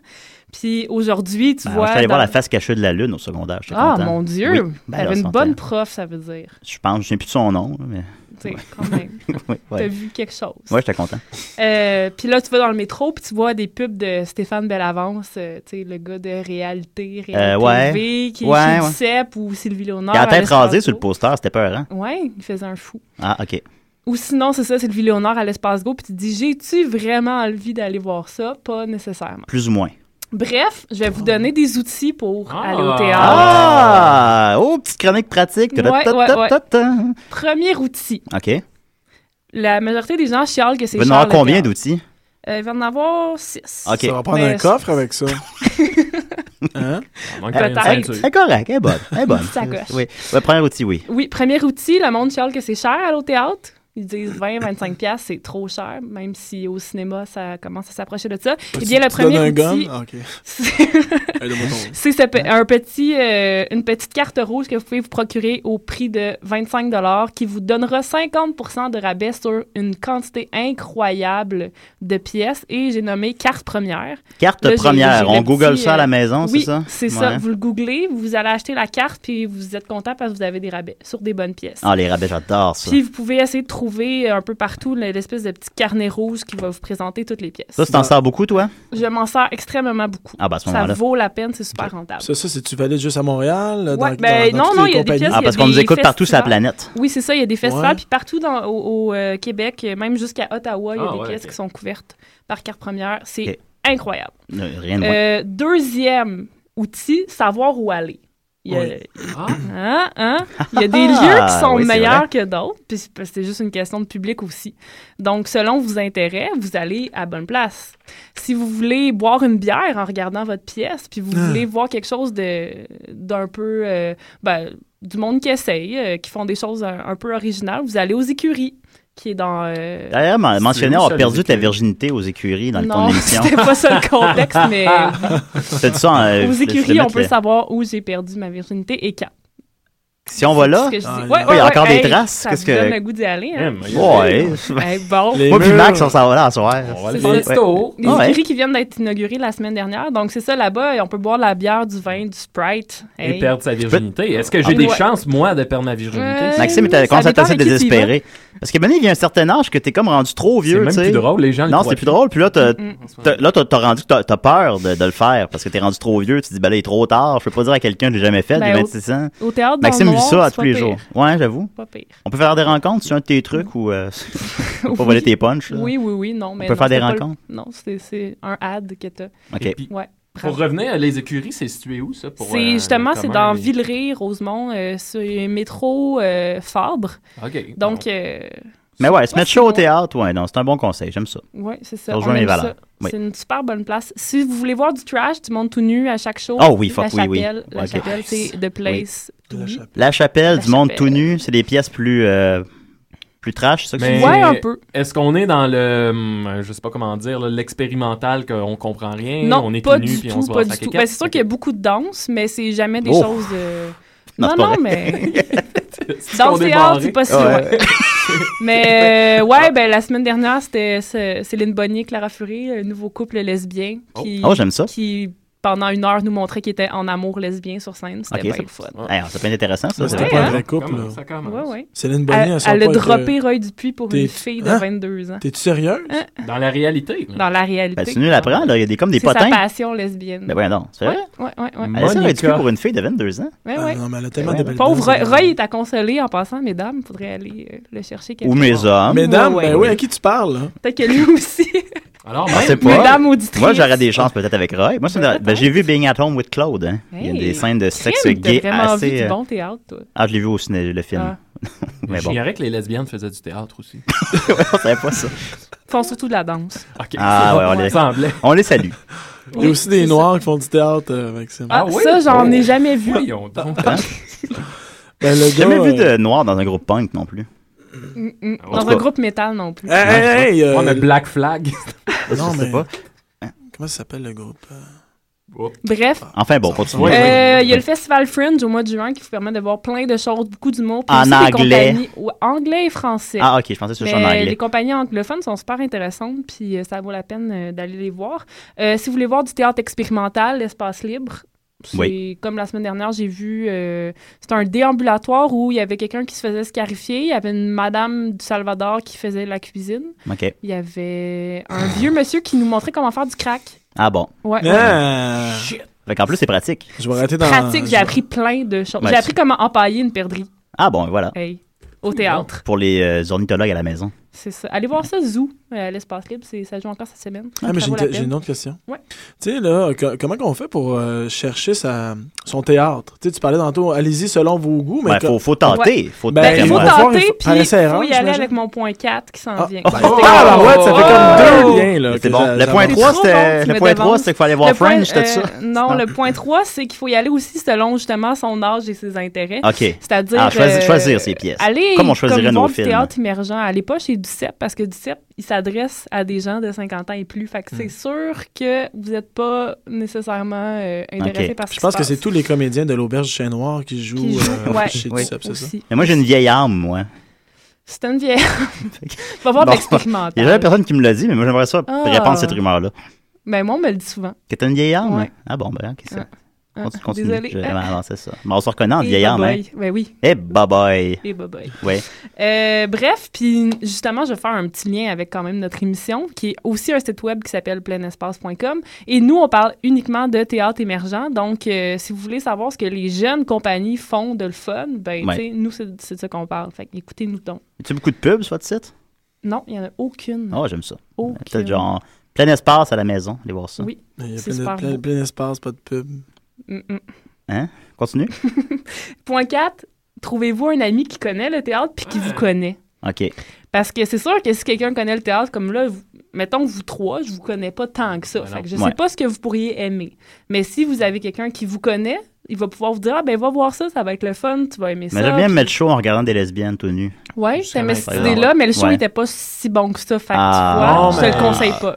Puis aujourd'hui, tu Ben, vois... je suis allé voir dans- la face cachée de la Lune au secondaire. j'étais Ah, content. mon Dieu! Oui. Ben, là, T'avais une on bonne s'entend. prof, ça veut dire. Je pense, je ne sais plus de son nom, là, mais. [LAUGHS] Tu sais, quand même. oui, T'as ouais. vu quelque chose. Ouais, j'étais content. Euh, puis là, tu vas dans le métro, puis tu vois des pubs de Stéphane Bellavance, euh, tu sais, le gars de Réalité, Réalité Euh, ouais. V, qui Ouais, est chez ouais. Duceppe ou Sylvie Léonard. Il a la tête Alessandro. rasée sur le poster, c'était peur, hein? Ouais, il faisait un fou. Ah, OK. Ou sinon, c'est ça, Sylvie Léonard à l'Espace Go, puis tu te dis, j'ai-tu vraiment envie d'aller voir ça? Pas nécessairement. Plus ou moins. Bref, je vais vous donner des outils pour Ah. aller au théâtre. Ah! Oh, petite chronique pratique. Ouais, Ta-ta-ta-ta-ta. ouais, Premier outil. OK. La majorité des gens chialent que c'est Il va y en cher, avoir le combien théâtre. d'outils? Euh, il va en avoir six. OK. Ça va prendre Mais- un coffre avec [LAUGHS] ça. hein? Il manque Peut-être. une ceinture. C'est correct, elle est bonne. Elle est [LAUGHS] bonne. Sacoche. Oui. Le premier outil, oui. Oui, premier outil, le monde chiale que c'est cher à au théâtre. Ils disent [COUGHS] 20, 25 piastres, c'est trop cher, même si au cinéma, ça commence à s'approcher de ça. Eh bien, le Tu donnes premier un outil, gun? Ah, OK. c'est Hey, donne-moi ton- [LAUGHS] c'est ce pe- un petit, euh, une petite carte rouge que vous pouvez vous procurer au prix de 25 qui vous donnera 50 de rabais sur une quantité incroyable de pièces. Et j'ai nommé carte première. Carte Là, j'ai- j'ai première. On le Google petit, ça à euh, la Ah, maison, oui, c'est ça? c'est ça. Ouais. Vous le googlez, vous allez acheter la carte, puis vous êtes content parce que vous avez des rabais sur des bonnes pièces. Ah, les rabais, j'adore ça. Puis vous pouvez essayer de trouver euh, un peu partout le- l'espèce de petit carnet rouge qui va vous présenter toutes les pièces. Ça, tu t'en sers beaucoup, toi? Je m'en sers extrêmement beaucoup. Ah, bah, à ce Ça moment-là. vaut la peine, c'est super rentable. Ça, ça c'est-tu valide juste à Montréal? dans- Ouais, dans- ben, dans non, toutes non, les il y a des compagnies? pièces- Ah, parce qu'on nous des écoute partout sur la festivals. planète. Oui, c'est ça, il y a des festivals, Ouais. puis partout dans, au, au, euh, Québec, euh, même jusqu'à Ottawa, il y a Ah, des ouais, pièces ok. qui sont couvertes par carte première. C'est Ok. incroyable. Euh, Rien de moins. Euh, deuxième outil, savoir où aller. Il y a, Ouais. Ah. Hein, hein? Il y a des Ah, lieux qui sont oui, c'est meilleurs que d'autres, puis c'est parce que c'est juste une question de public aussi. Donc, selon vos intérêts, vous allez à bonne place. Si vous voulez boire une bière en regardant votre pièce, puis vous Ah. voulez voir quelque chose de d'un peu euh, ben, du monde qui essaye, euh, qui font des choses un, un peu originales, vous allez aux écuries, qui est dans euh, D'ailleurs, men- mentionner où, avoir ça, les perdu ta écuries? virginité aux écuries dans le temps non, [LAUGHS] de l'émission. c'était pas ça le contexte, [LAUGHS] mais T'as dit ça en, euh, je- aux je vais écuries, on mettre peut le- savoir où j'ai perdu ma virginité et quand. Si on va là, C'est ce que je dis. Ah, Ouais, il y a ouais, ouais, encore des hey, traces, Ça qu'est-ce vous que- Hum. donne le goût d'y aller. Hein? Hmm, ouais. [LAUGHS] Hey, [LAUGHS] bon. Les Moi puis murs. Max, on s'en va là à soir. On va C'est aller ça. faire un petit tour. Les Ouais. écuries qui viennent d'être inaugurées la semaine dernière. Donc, c'est ça, là-bas, on peut boire de la bière, du vin, du Sprite. Et Hey. perdre sa virginité. Est-ce que j'ai Ouais. des chances, moi, de perdre ma Euh, virginité? Maxime, Ça t'as commencé à dépend hein. t'asseoir avec qui tu y désespéré. Parce que maintenant, il y a un certain âge que t'es comme rendu trop C'est vieux, même tu sais. plus drôle, les gens le Non, croient c'est plus drôle. Puis là, t'as Mm. t'as- là, t'as- t'as rendu, que t'as t'as peur de, de le faire parce que t'es rendu trop vieux. Tu te dis, ben là, il est trop tard. Je peux pas dire à quelqu'un que j'ai jamais fait, j'ai Ben, 26 ans. Au théâtre, dans Maxime le vit noir, ça à c'est tous pas les pire. jours. Ouais, j'avoue. Pas pire. On peut faire des rencontres. C'est un de tes trucs ou euh, [LAUGHS] faut pas Oui. voler tes punchs. là? Oui, oui, oui, non. Mais peut non, faire des c'est pas le- rencontres. Non, c'est- c'est un ad que t'as. Ok. Et puis, Ouais. pour revenir à les écuries, c'est situé où, ça? pour, C'est euh, justement, c'est comment dans les- Villeray, Rosemont, euh, sur le métro euh, Fabre. OK. Donc, euh, Mais ouais, se Ouais, mettre c'est chaud au bon. théâtre, ouais, non, c'est un bon conseil. J'aime ça. Oui, c'est Ça ça. rejoint On mes aime valeurs. ça. Oui. C'est une super bonne place. Si vous voulez voir du trash, du monde tout nu à chaque show, Oh oui, fuck, la oui, oui. chapelle, la Ok. chapelle, c'est the place to La be. chapelle. La chapelle, La du monde chapelle. tout nu, c'est des pièces plus, euh, plus trash, c'est ça que tu Mais- dis? Ouais, un peu. Est-ce qu'on est dans le, hum, je sais pas comment dire, là, l'expérimental qu'on comprend rien, Non, on est pas tout nu du puis on tout, se pas bat du tout. Ben, c'est sûr qu'il y a beaucoup de danse, mais c'est jamais des Oh. choses de... [LAUGHS] Non, Non, c'est non, pas vrai. [LAUGHS] mais a dans le théâtre, c'est pas si loin. Mais Ah. euh, ouais, ben la semaine dernière, c'était ce- Céline Bonnier, Clara Fury, un nouveau couple lesbien qui, Oh, j'aime ça. qui pendant une heure nous montrait qu'ils étaient en amour lesbien sur scène. C'était Ok, bien ça- le fun. Hey, ça peut être intéressant, ça. Ça, c'est C'était Ouais, pas hein? un vrai couple. là. Ça commence. Ouais, ouais. Sélène Bonnier, Elle, elle, sort elle a pas avec, droppé euh, Roy Dupuis pour t'es- une fille de Hein? 22 ans. T'es-tu sérieux? Hein? Dans la réalité. là. Dans la réalité. Ben, tu nous l'apprends, là. Il y a des, comme des c'est sa potins. passion lesbienne. Ben, ouais, non, c'est ouais, vrai. ouais, ouais, ouais. Elle s'est Monica. réduite pour une fille de 22 ans. Ouais, Ah, ouais. Non, mais elle a tellement Ouais, de belles hein. Pauvre Roy, blondes. Roy est à consoler en passant, mesdames. Faudrait aller euh, le chercher quelque Ou mes hommes. Mesdames, Ouais, ben ouais. oui, à qui tu parles? hein? là? Peut-être que [LAUGHS] lui aussi. Alors, On même, sait Ah, pas. mesdames auditrices. Moi, j'aurais des chances peut-être avec Roy. Moi, c'est une- ben, j'ai vu Being at Home with Claude. hein. Il y a hein? Hey. des scènes de Crime, sexe t'as gay vraiment vu assez. du euh, bon théâtre, toi. Ah, je l'ai vu au ciné, le film. Ah. [LAUGHS] Mais je bon, ignorais que les lesbiennes faisaient du théâtre aussi. [LAUGHS] on savait pas ça. Ils font surtout de la danse. OK. Ah, c'est ouais, bon, on les- semblait. On les [LAUGHS] salue. Il y a aussi des Noirs qui font du théâtre, euh, Maxime. Ah, Ah oui? ça, j'en ai Oh. jamais vu. Voyons donc. Hein? Ben, le J'ai jamais gars, vu euh, de noir dans un groupe punk non plus. Mm, mm. Ah, en Dans tout un cas. groupe métal non plus. Hey, hey, hey, euh, Ouais, mais Black Flag. Non, Je sais mais- pas. Comment ça s'appelle le groupe? euh? Bref, Ah, Enfin bon, continuons. Ouais, euh, il ouais, ouais. y a le festival Fringe au mois de juin qui vous permet de voir plein de choses, beaucoup d'humour. puis En aussi des anglais. compagnies- ouais, anglais et français. Ah, ok, je pensais que c'était en Mais les anglais. compagnies anglophones sont super intéressantes, puis euh, ça vaut la peine euh, d'aller les voir. Euh, si vous voulez voir du théâtre expérimental, l'espace libre, c'est Oui. comme la semaine dernière, j'ai vu, euh, c'était un déambulatoire où il y avait quelqu'un qui se faisait scarifier, il y avait une madame du Salvador qui faisait la cuisine, Ok. il y avait un vieux monsieur qui nous montrait comment faire du crack. Ah bon. Ouais. Ah, Fait qu'en plus, c'est pratique. je vais arrêter dans... Pratique, je j'ai vais- appris plein de choses. Ouais, j'ai tu- appris comment empailler une perdrix, Ah bon, voilà. hey, au théâtre. Pour les euh, ornithologues à la maison. C'est ça. Allez voir ça, Zoo, euh, à l'espace libre, c'est- ça joue encore cette semaine. Ah, mais Ça j'ai vaut une, la j'ai peine. une autre question. Ouais. Tu sais, là, co- comment qu'on fait pour euh, chercher sa, son théâtre? Tu sais, tu parlais tantôt, allez-y selon vos goûts, mais... Ben, co- faut, faut tenter. Faut Ben, Ben, tenter. il faut ouais. Faut voir, il tenter, faut- puis par il faut essai y erreur, aller j'imagine. avec mon point 4 qui s'en Ah. vient. Oh. Ah, bah ouais, ça fait comme deux Oh! liens, là. C'est que bon. ça- Le ça va. point trop 3, bon, c'était tu le me point devances. 3, c'était qu'il fallait voir Le point, French, c'était euh, ça? Non, le point 3, c'est qu'il faut y aller aussi selon justement son âge et ses intérêts. OK. C'est-à-dire. Ah, choisir, euh, choisir ses pièces. Aller Comme on choisirait comme nos voir du films. théâtre émergent. Allez pas chez Ducep parce que Ducep, il s'adresse à des gens de 50 ans et plus. Fait Hmm. que c'est sûr que vous n'êtes pas nécessairement euh, intéressé Ok. par ce Je pense qui que se c'est passe. tous les comédiens de l'Auberge du Chien Noir qui jouent, Qui jouent, euh, ouais, chez Oui. Duceppe, c'est ça? Aussi. Mais moi, j'ai une vieille âme, moi. C'est [LAUGHS] une vieille. [LAUGHS] Va voir de Bon. Il y a jamais l'expérimental. personne qui me l'a dit, mais moi, j'aimerais ça Ah. répandre cette rumeur-là. Ben, moi, on me le dit souvent. Que t'as une vieille âme? Ouais. Ah bon, ben, ok, ça. Ah, Continue, continue. Désolée. Je vais Ah, avancer ça. Mais on se reconnaît en et vieille âme, hein? bye-bye. Ben oui, Eh, bye-bye. et bye-bye. Ouais. Euh, bref, puis justement, je vais faire un petit lien avec quand même notre émission, qui est aussi un site web qui s'appelle pleinespace.com. Et nous, on parle uniquement de théâtre émergent. Donc, euh, si vous voulez savoir ce que les jeunes compagnies font de le fun, ben, Ouais. tu sais, nous, c'est c'est de ça qu'on parle. Fait que écoutez-nous donc. As-tu beaucoup de pubs sur votre site? Non, il n'y en a aucune. Oh, j'aime ça. aucune. Peut-être genre plein espace à la maison. Allez voir ça. Oui. Il y a C'est plein, super de- plein- beau. plein d'espace, pas de pub. Mm, mm. Continue. Point 4, trouvez-vous un ami qui connaît le théâtre puis qui vous connaît. OK. Parce que c'est sûr que si quelqu'un connaît le théâtre, comme là, vous- mettons vous trois, je vous connais pas tant que ça. Ben fait que je Ouais. sais pas ce que vous pourriez aimer. Mais si vous avez quelqu'un qui vous connaît, il va pouvoir vous dire Ah ben va voir ça, ça va être le fun, tu vas aimer ça. Mais j'aime bien me mettre chaud en regardant des lesbiennes tout nues. Ouais, Ça j'aimais va cette être idée-là, mais le show Ouais. n'était pas si bon que ça. Fait que Ah. tu Non, vois, je te le mais- conseille pas.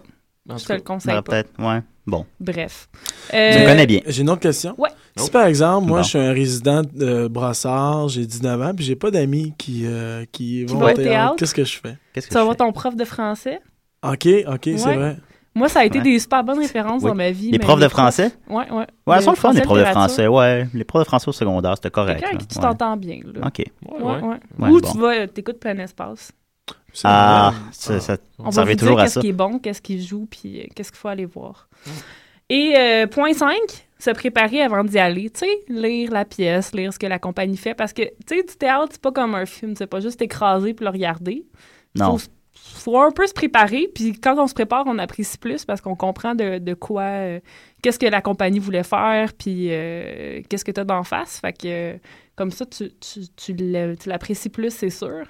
En Je tout te cas, le conseille Ouais, pas. Peut-être, ouais. Bon. Bref. Tu me Ben, Euh, connais bien. J'ai une autre question. Ouais. Si par exemple, moi, Bon. je suis un résident de brassard, j'ai 19 ans, puis j'ai pas d'amis qui, euh, qui vont vont au au théâtre, théâtre. qu'est-ce que je fais? Qu'est-ce que Tu vas je voir fais? ton prof de français. OK, OK, c'est Ouais. vrai. Moi, ça a été Ouais. des super bonnes références Oui. dans ma vie. Les mais profs de français? Ouais, ouais. Ouais, Les elles sont le fun, les profs de littérature. français. Ouais. Les profs de français au secondaire, c'était correct. Quelqu'un là. avec qui tu Ouais. t'entends bien. Là. OK. ouais, Ouais, ouais. ouais. Ouais, Ou bon. tu vas, euh, t'écoutes plein espace. C'est Ah, vrai. ça, ça, On ça va vous revient dire toujours à qu'est-ce ça. qui est bon, qu'est-ce qui joue, puis euh, qu'est-ce qu'il faut aller voir. Et euh, point 5, se préparer avant d'y aller. Tu sais, lire la pièce, lire ce que la compagnie fait. Parce que, tu sais, du théâtre, c'est pas comme un film. C'est pas juste écraser puis le regarder. Non. Faut, faut un peu se préparer. Puis quand on se prépare, on apprécie plus parce qu'on comprend de, de quoi, euh, qu'est-ce que la compagnie voulait faire, puis euh, qu'est-ce que tu as d'en face. Fait que euh, comme ça, tu, tu, tu l'a- tu l'apprécies plus, c'est sûr.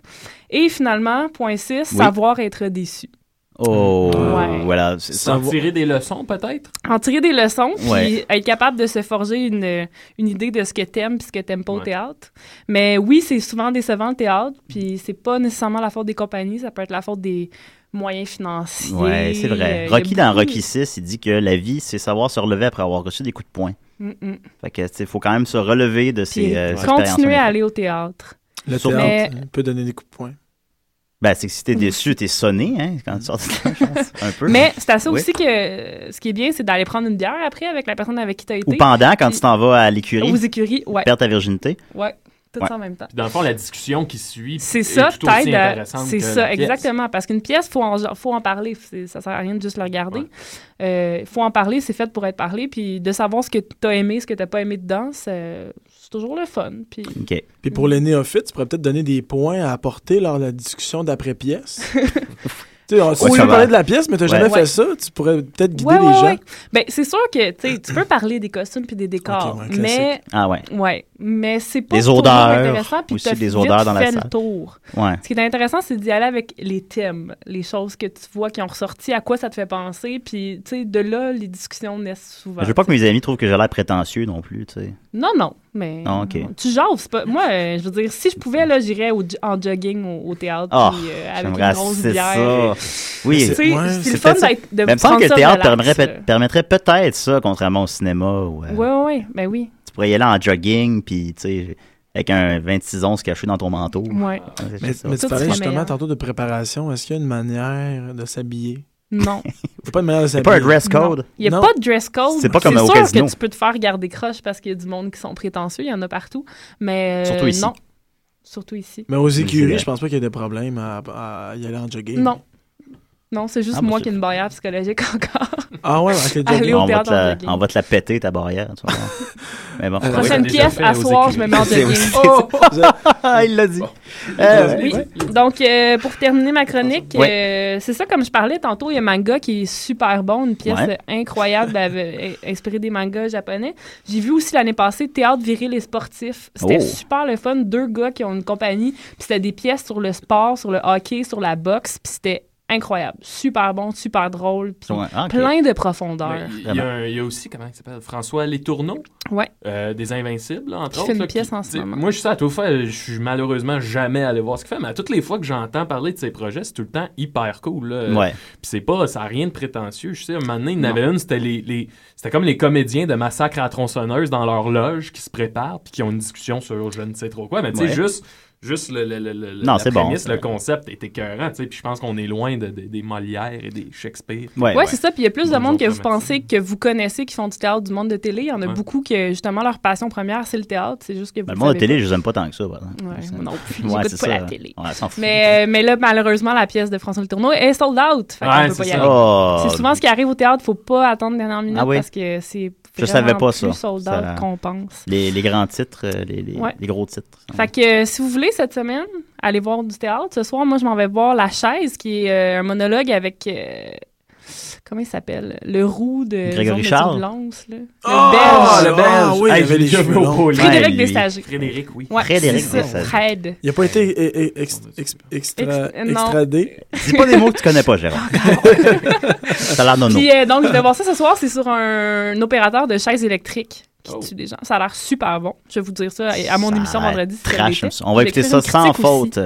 Et finalement, point 6, Oui. savoir être déçu. Oh, Ouais. voilà. c'est- S'en tirer des leçons, peut-être? En tirer des leçons, puis Ouais. être capable de se forger une, une idée de ce que t'aimes puis ce que t'aimes pas au Ouais. théâtre. Mais oui, c'est souvent décevant le théâtre, puis c'est pas nécessairement la faute des compagnies, ça peut être la faute des moyens financiers. Ouais, c'est Euh, vrai. y a Rocky, dans beaucoup- Rocky 6, il dit que la vie, c'est savoir se relever après avoir reçu des coups de poing. Mm, mm. Fait que, tu sais, faut quand même se relever de ces Puis euh, continuer à expériences. aller au théâtre. Le Surtout- théâtre euh, peut donner des coups de poing. Ben, c'est que si t'es déçu, t'es sonné, hein, quand tu sors de là, je pense, un peu. Mais c'est à ça Oui. aussi que euh, ce qui est bien, c'est d'aller prendre une bière après avec la personne avec qui tu as été. Ou pendant, quand tu t'en vas à Aux l'écurie, écuries, ouais, perds ta virginité. ouais, tout Ouais. ça en même temps. Puis dans le fond, la discussion qui suit C'est est ça, tout aussi t'aide à- intéressante C'est que la ça, pièce. exactement. Parce qu'une pièce, faut en, faut en parler. C'est- Ça sert à rien de juste la regarder. Euh, faut en parler, c'est fait pour être parlé. Puis de savoir ce que t'as aimé, ce que t'as pas aimé dedans, c'est c'est toujours le fun. Puis OK. Puis Mm. pour les néophytes, tu pourrais peut-être donner des points à apporter lors de la discussion [LAUGHS] d'après-pièce. tu sais, on- si Ouais, tu ça veux va. parler de la pièce, mais tu n'as Ouais. jamais Ouais. fait ça, tu pourrais peut-être guider Ouais, les ouais, gens. ouais. Ben, c'est sûr que tu sais, tu peux parler des costumes puis des décors, Ok, ouais, classique. mais Ah ouais. ouais, mais c'est pas Des toujours odeurs, intéressant puis aussi t'as des vite odeurs dans la fait salle. le tour. Ouais. Ce qui est intéressant, c'est d'y aller avec les thèmes, les choses que tu vois qui ont ressorti, à quoi ça te fait penser, puis Bah, tu sais, de là, les discussions naissent souvent. Je veux pas que mes amis trouvent que j'ai l'air prétentieux non plus, tu sais. Non, non, mais. Non, Ah, ok. Tu jases, c'est pas. Moi, euh, je veux dire, si je pouvais, là, j'irais au- en jogging au, au théâtre. Ah, puis, euh, avec j'aimerais une grosse assister bière. ça. Tu [LAUGHS] Oui, Ouais, sais, c'est c'est le fun peut-être ça. d'être. de mais il me semble que prendre le ça théâtre relax, permettrait, là. pe- permettrait peut-être ça, contrairement au cinéma. Où, euh, Ouais, ouais, ouais, ben oui. Tu pourrais y aller en jogging, puis tu sais, avec un 26 onces caché dans ton manteau. [LAUGHS] Ouais. Ouais, Mais, c'est ça. mais tu Tout parlais serait justement meilleur. tantôt de préparation. Est-ce qu'il y a une manière de s'habiller? Non. Il n'y a pas de manière de C'est s'habiller. pas un dress code. Il n'y a Non. pas de dress code. C'est pas comme au sûr casino. que tu peux te faire garder croche parce qu'il y a du monde qui sont prétentieux. Il y en a partout. Mais euh, Surtout ici. non. Surtout ici. Mais aux écuries, vrai. je pense pas qu'il y ait de problème à, à y aller en jogging. Non. Non, c'est juste Ah, moi bah, qui ai une barrière psychologique [LAUGHS] encore. Ah ouais, [LAUGHS] avec le Aller jogging. au on, va théâtre te en la, jogging. on va te la péter, ta barrière. tu vas [LAUGHS] voir. mais bon. Euh, [LAUGHS] Prochaine oui, déjà pièce, fait à aux soir, je écuries. me mets en C'est jogging. aussi- Oh! Ah, il l'a dit. Oh, [LAUGHS] Oui. Donc, euh, pour terminer ma chronique, euh, c'est ça, comme je parlais tantôt, il y a un manga qui est super bon, une pièce Ouais. euh, incroyable avec- euh, inspirée des mangas japonais. J'ai vu aussi l'année passée Théâtre viril et sportif. C'était Oh. super le fun. Deux gars qui ont une compagnie, puis c'était des pièces sur le sport, sur le hockey, sur la boxe, puis c'était incroyable. Super bon, super drôle, puis plein de profondeur. Il y a un- il y, a aussi, comment il s'appelle, François Letourneau. Ouais. Euh, des Invincibles, là, entre Qui fait autres. une là, pièce en ce t'sais, moment. Moi, je sais, à tout fait, je suis malheureusement jamais allé voir ce qu'il fait, mais à toutes les fois que j'entends parler de ses projets, c'est tout le temps hyper cool. là. Ouais. Puis c'est pas, ça n'a rien de prétentieux. Je sais, un moment donné, il y en Non. avait une, c'était les, les- c'était comme les comédiens de Massacre à la tronçonneuse dans leur loge qui se préparent puis qui ont une discussion sur je ne sais trop quoi. Mais tu sais, Ouais. juste, juste le, le, le- le- Non, la c'est bon, prémisse, ça. le concept est écœurant. tu sais, Puis je pense qu'on est loin de- de- des Molières et des Shakespeare. Ouais, Ouais, ouais. c'est ça. Puis il y a plus de Bonjour, monde que vous Thomas. pensez que vous connaissez qui font du théâtre du monde de télé. Il y en a Ouais. beaucoup que justement leur passion première c'est le théâtre. C'est juste que vous Ben, le le monde de savez télé, je les aime pas tant que ça. par exemple. pas. Ouais, C'est- moi non plus. Ouais, J'écoute c'est pas ça. la télé. Ouais, s'en fout. Mais, euh, mais là, malheureusement, la pièce de François Le Tourneau est sold out. Fait qu'on Ouais, peut pas c'est y ça. aller. Oh, euh, C'est souvent ce qui arrive au théâtre. Faut pas attendre dernière minute Ah oui? parce que c'est Je savais vraiment pas plus ça. sold out Ça- qu'on pense. les, les grands titres, euh, les, les, Ouais. les gros titres. Fait que euh, si vous voulez cette semaine, allez voir du théâtre. Ce soir, moi, je m'en vais voir La Chaise, qui est euh, un monologue avec. euh, comment il s'appelle Le roux de. Grégory Jean-Mathieu Charles? Blance, là. Le Oh! Ah, Belge. le Ah oui, il Hey, avait j'ai les déjà vu cheveux au longs. pôle. Fred- Frédéric lui. Desagers. Frédéric, oui. Ouais, Frédéric c'est ça, Desagers. Fred. Il n'a pas été eh, eh, ex- ex- extra- Ex- non. extradé. Dis pas des mots que tu connais pas, [LAUGHS] Gérard. ça a l'air nono. Puis euh, donc, je vais voir ça ce soir. C'est sur un, un opérateur de chaises électriques qui Oh. tue des gens. Ça a l'air super bon. Je vais vous dire ça à, à mon Ça émission a l'air vendredi. si ça Trash, l'était. comme ça. on va Je vais écouter écrire ça une sans critique aussi. faute.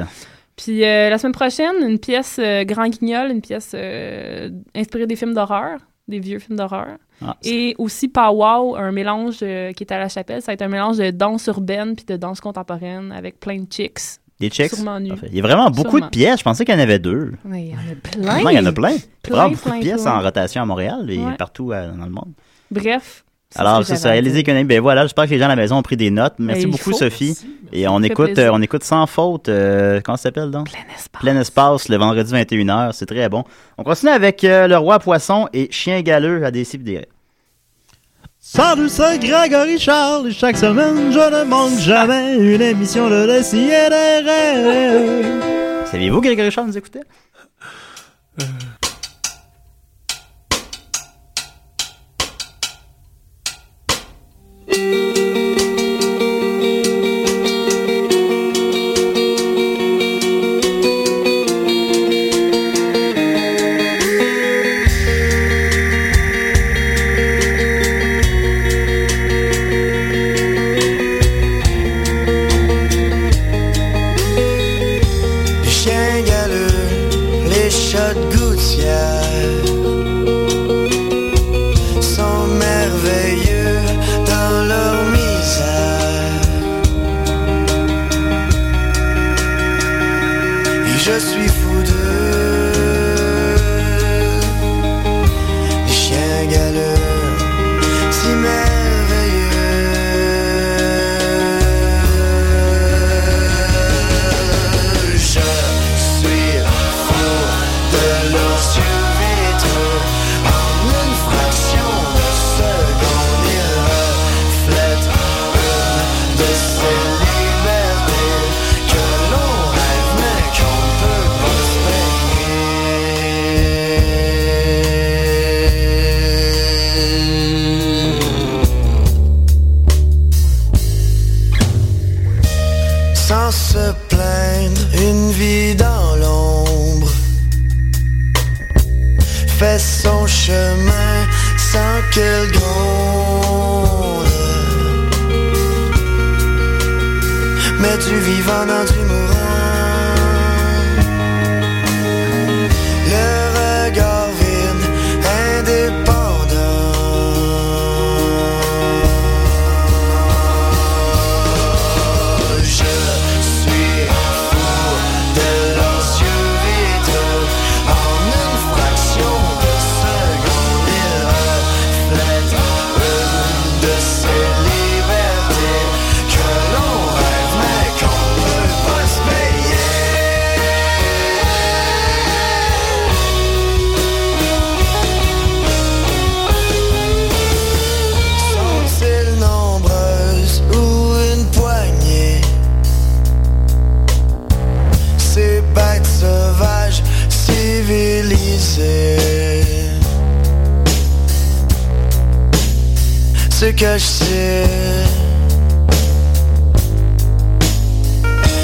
Puis euh, la semaine prochaine, une pièce euh, Grand Guignol, une pièce euh, inspirée des films d'horreur, des vieux films d'horreur. Ah, Et aussi Powwow, un mélange euh, qui est à la chapelle. Ça va être un mélange de danse urbaine puis de danse contemporaine avec plein de chicks. des chicks. Sûrement nu. Parfait. Il y a vraiment beaucoup Sûrement. de pièces. Je pensais qu'il y en avait deux. Ouais, Il y en a Maintenant, il y en a plein. plein. Il y a Plein, vraiment beaucoup plein, de pièces plein. en rotation à Montréal et Ouais. partout euh, dans le monde. Bref. Alors, ce que c'est ça. j'avais à Élysée dire. Économie. Ben voilà, j'espère que les gens à la maison ont pris des notes. Merci Ben, il beaucoup, faut. Sophie. Et on fait écoute, plaisir. euh, on écoute sans faute. euh, comment ça s'appelle donc? Plein espace. Plein espace le vendredi 21h, c'est très bon. On continue avec euh, le roi poisson et chien galeux à décider. Salut, c'est Grégory Charles. et Chaque semaine, je ne manque jamais une émission de récit et des rêves. Saviez-vous que Grégory Charles nous écoutait? Les chiens galeux, les chats de gouttière sont merveilleux dans leur misère. Et je suis fou d'eux. Les chiens galeux, si merveilleux. Je suis fou de leurs yeux vitreux. En une fraction de seconde, ils reflètent une de ces libertés que l'on rêve mais qu'on peut pas se payer. sans se plaindre, une vie dans l'ombre fait son chemin sans qu'elle gronde. du vivant dans du mourant. Le regard vide, indépendant. Je suis fou de leurs yeux vitreux. En une fraction de seconde, il reflète une de ces libertés que l'on rêve mais qu'on ne peut pas se payer. Sont-ils nombreuses ou une poignée Ces bêtes sauvages civilisées Se cacher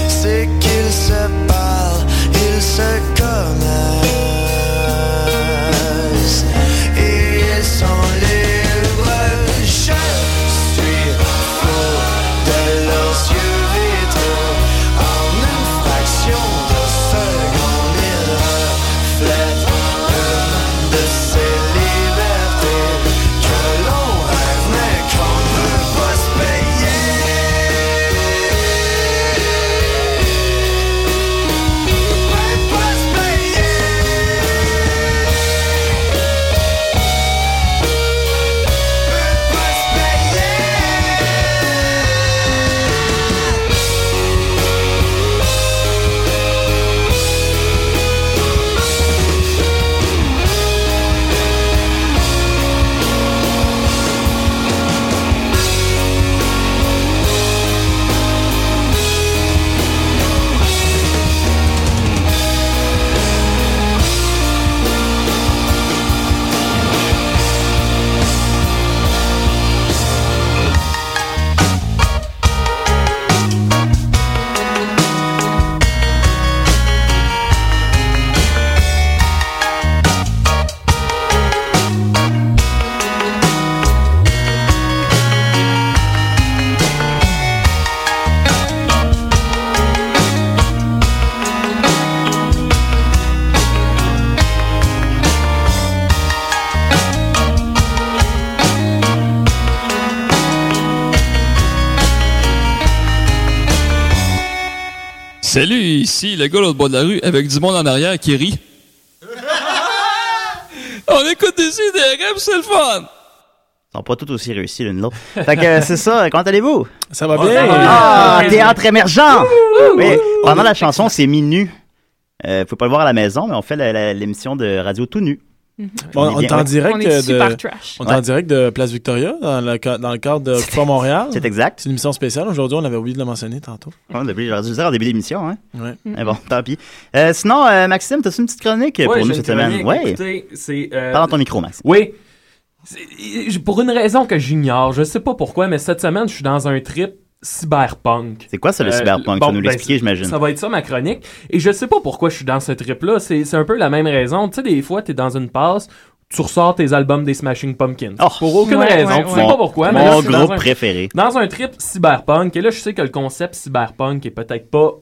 C'est qu'ils se parlent, ils se connaissent Et ils sont libres Je suis fou de leurs yeux vitreux En une fraction de seconde Ils reflètent une de ces libertés Que l'on rêve mais qu'on ne peut pas se payer Peut pas se payer Peut pas se payer Salut, ici le gars au bout de la rue avec du monde en arrière qui rit. On écoute des IDRM, c'est le fun! Ils sont pas tout aussi réussis l'une l'autre. [LAUGHS] Fait que euh, c'est ça, comment allez-vous? Ça va Oh, bien. ça va bien. Ah, oui. théâtre émergent! Oui, pendant la chanson, c'est mi nu. Euh, vous pouvez pas le voir à la maison, mais on fait la- la- l'émission de radio tout nu. Bon, on On est est bien, en ouais. direct On euh, est de. super trash. On est en direct de Place Victoria dans le, ca- dans le cadre de Occupant Montréal. C'est exact. Hein, C'est une émission spéciale. Aujourd'hui, on avait oublié de le mentionner tantôt. On l'a oublié, J'aurais dû le dire en début d'émission. Hein? Ouais. Mais bon, tant pis. Euh, sinon, euh, Maxime, t'as-tu une petite chronique pour Ouais, nous j'ai cette une semaine? chronique. Oui. Écoutez, c'est. euh, Parle dans ton micro, Maxime. Oui. C'est- j- Pour une raison que j'ignore, je sais pas pourquoi, mais cette semaine, je suis dans un trip cyberpunk. C'est quoi ça, le Euh, cyberpunk? tu bon, vas nous ben, l'expliquer, j'imagine. Ça va être ça ma chronique. Et je sais pas pourquoi je suis dans ce trip-là. C'est c'est un peu la même raison. Tu sais, des fois, t'es dans une passe, tu ressors tes albums des Smashing Pumpkins. Oh. Pour aucune Ouais, raison. ouais, tu ouais. sais pas pourquoi, mais là, Mon c'est dans groupe un- préféré. dans un trip cyberpunk, et là je sais que le concept cyberpunk est peut-être pas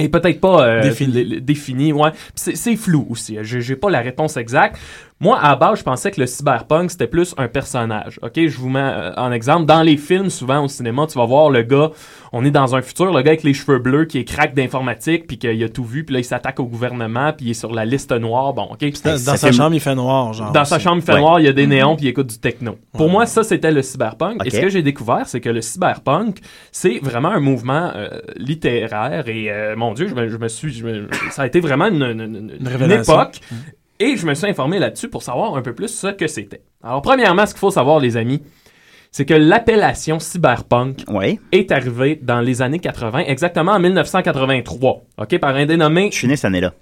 est peut-être pas euh, Défini. le- le- défini, ouais. Puis C'est c'est flou aussi. hein. J'ai j'ai pas la réponse exacte. Moi, à la base, je pensais que le cyberpunk, c'était plus un personnage. OK, je vous mets euh, en exemple. Dans les films, souvent au cinéma, tu vas voir le gars, on est dans un futur, le gars avec les cheveux bleus qui est crack d'informatique, puis qu'il a tout vu, puis là, il s'attaque au gouvernement, puis il est sur la liste noire. Bon, OK. Dans, ça dans sa fait- chambre, il fait noir, genre. Dans sa aussi. chambre, il fait Ouais. noir, il y a des néons, puis il écoute du techno. Pour Ouais. moi, ça, c'était le cyberpunk. Ok. Et ce que j'ai découvert, c'est que le cyberpunk, c'est vraiment un mouvement euh, littéraire. Et euh, mon Dieu, je me, je me suis. je me- ça a été vraiment une, une- une- une révélation. époque. Et je me suis informé là-dessus pour savoir un peu plus ce que c'était. Alors, premièrement, ce qu'il faut savoir, les amis, c'est que l'appellation cyberpunk Oui. est arrivée dans les années 80, exactement en 1983, OK, par un dénommé Je suis né cette année-là.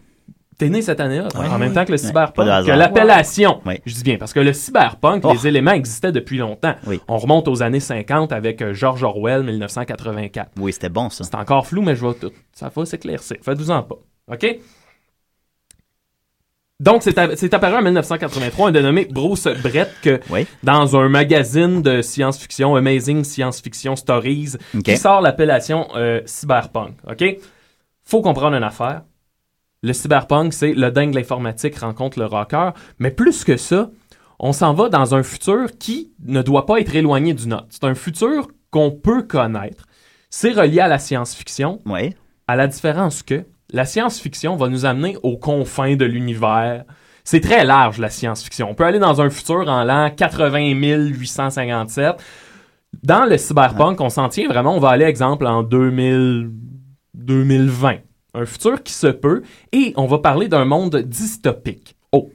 T'es né cette année-là, Ouais. en même temps que le Ouais, pas cyberpunk. de hasard. que l'appellation, Ouais. je dis bien, parce que le cyberpunk, Oh. les éléments existaient depuis longtemps. Oui. On remonte aux années 50 avec euh, George Orwell, 1984. Oui, c'était bon, ça. C'est encore flou, mais je vois tout. Ça va s'éclaircir. Faites-vous en pas. OK? Donc, c'est a- c'est apparu en 1983, un dénommé Bruce Brett, que dans un magazine de science-fiction, Amazing Science-Fiction Stories, Ok. qui sort l'appellation euh, cyberpunk. OK? Faut comprendre une affaire. Le cyberpunk, c'est le dingue de l'informatique rencontre le rocker. Mais plus que ça, on s'en va dans un futur qui ne doit pas être éloigné du nôtre. C'est un futur qu'on peut connaître. C'est relié à la science-fiction. À la différence que la science-fiction va nous amener aux confins de l'univers. C'est très large, la science-fiction. On peut aller dans un futur en l'an 80 857. Dans le cyberpunk, on s'en tient vraiment, on va aller, exemple, en 2000, 2020. Un futur qui se peut. Et on va parler d'un monde dystopique. Oh,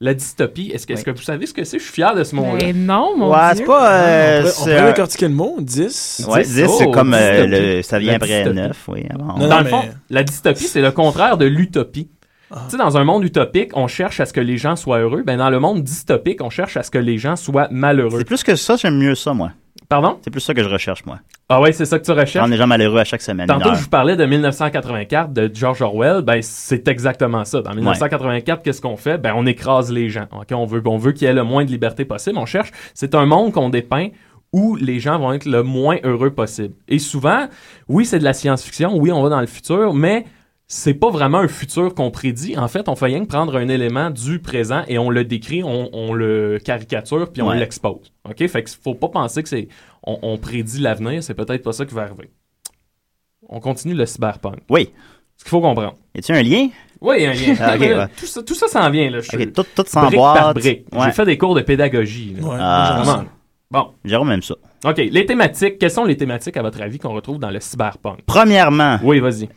la dystopie, est-ce que, est-ce que vous savez ce que c'est? Je suis fier de ce mot-là. Mais Ben non, mon Ouais, Dieu. c'est pas. euh, on pourrait, on c'est pourrait un- décortiquer le mot, 10. Ouais, 10, c'est Oh, comme euh, dystopie. le, ça vient La après dystopie. 9, oui. Avant, Non, Dans non, le mais- Ah. fond, la dystopie, c'est le contraire de l'utopie. Tu sais, dans un monde utopique, on cherche à ce que les gens soient heureux. Ben, dans le monde dystopique, on cherche à ce que les gens soient malheureux. C'est plus que ça, j'aime mieux ça, moi. Pardon? C'est plus ça que je recherche, moi. Ah ouais, c'est ça que tu recherches? Rendre les gens malheureux à chaque semaine. Tantôt, une je vous parlais de 1984 de George Orwell. Ben, c'est exactement ça. Dans 1984, qu'est-ce qu'on fait? Ben, on écrase les gens. OK? On veut, on veut qu'il y ait le moins de liberté possible. On cherche. C'est un monde qu'on dépeint où les gens vont être le moins heureux possible. Et souvent, oui, c'est de la science-fiction. Oui, on va dans le futur, mais c'est pas vraiment un futur qu'on prédit. En fait, on fait rien que prendre un élément du présent et on le décrit, on, on le caricature, puis on Ouais. l'expose. OK? Fait que faut pas penser que c'est... On, on prédit l'avenir, c'est peut-être pas ça qui va arriver. On continue le cyberpunk. Oui. Ce qu'il faut comprendre. Y a-tu un lien? Oui, un lien. [LAUGHS] Ah, ok, ouais. tout, ça, tout ça s'en vient. Là. Je suis Ok, tout, tout sans brique par boîte. brique. Ouais. J'ai fait des cours de pédagogie. là. Ouais, Ah. j'aime ça. Vraiment. Bon, Jérôme aime ça. OK. Les thématiques. Quelles sont les thématiques, à votre avis, qu'on retrouve dans le cyberpunk? Premièrement, Oui, vas-y.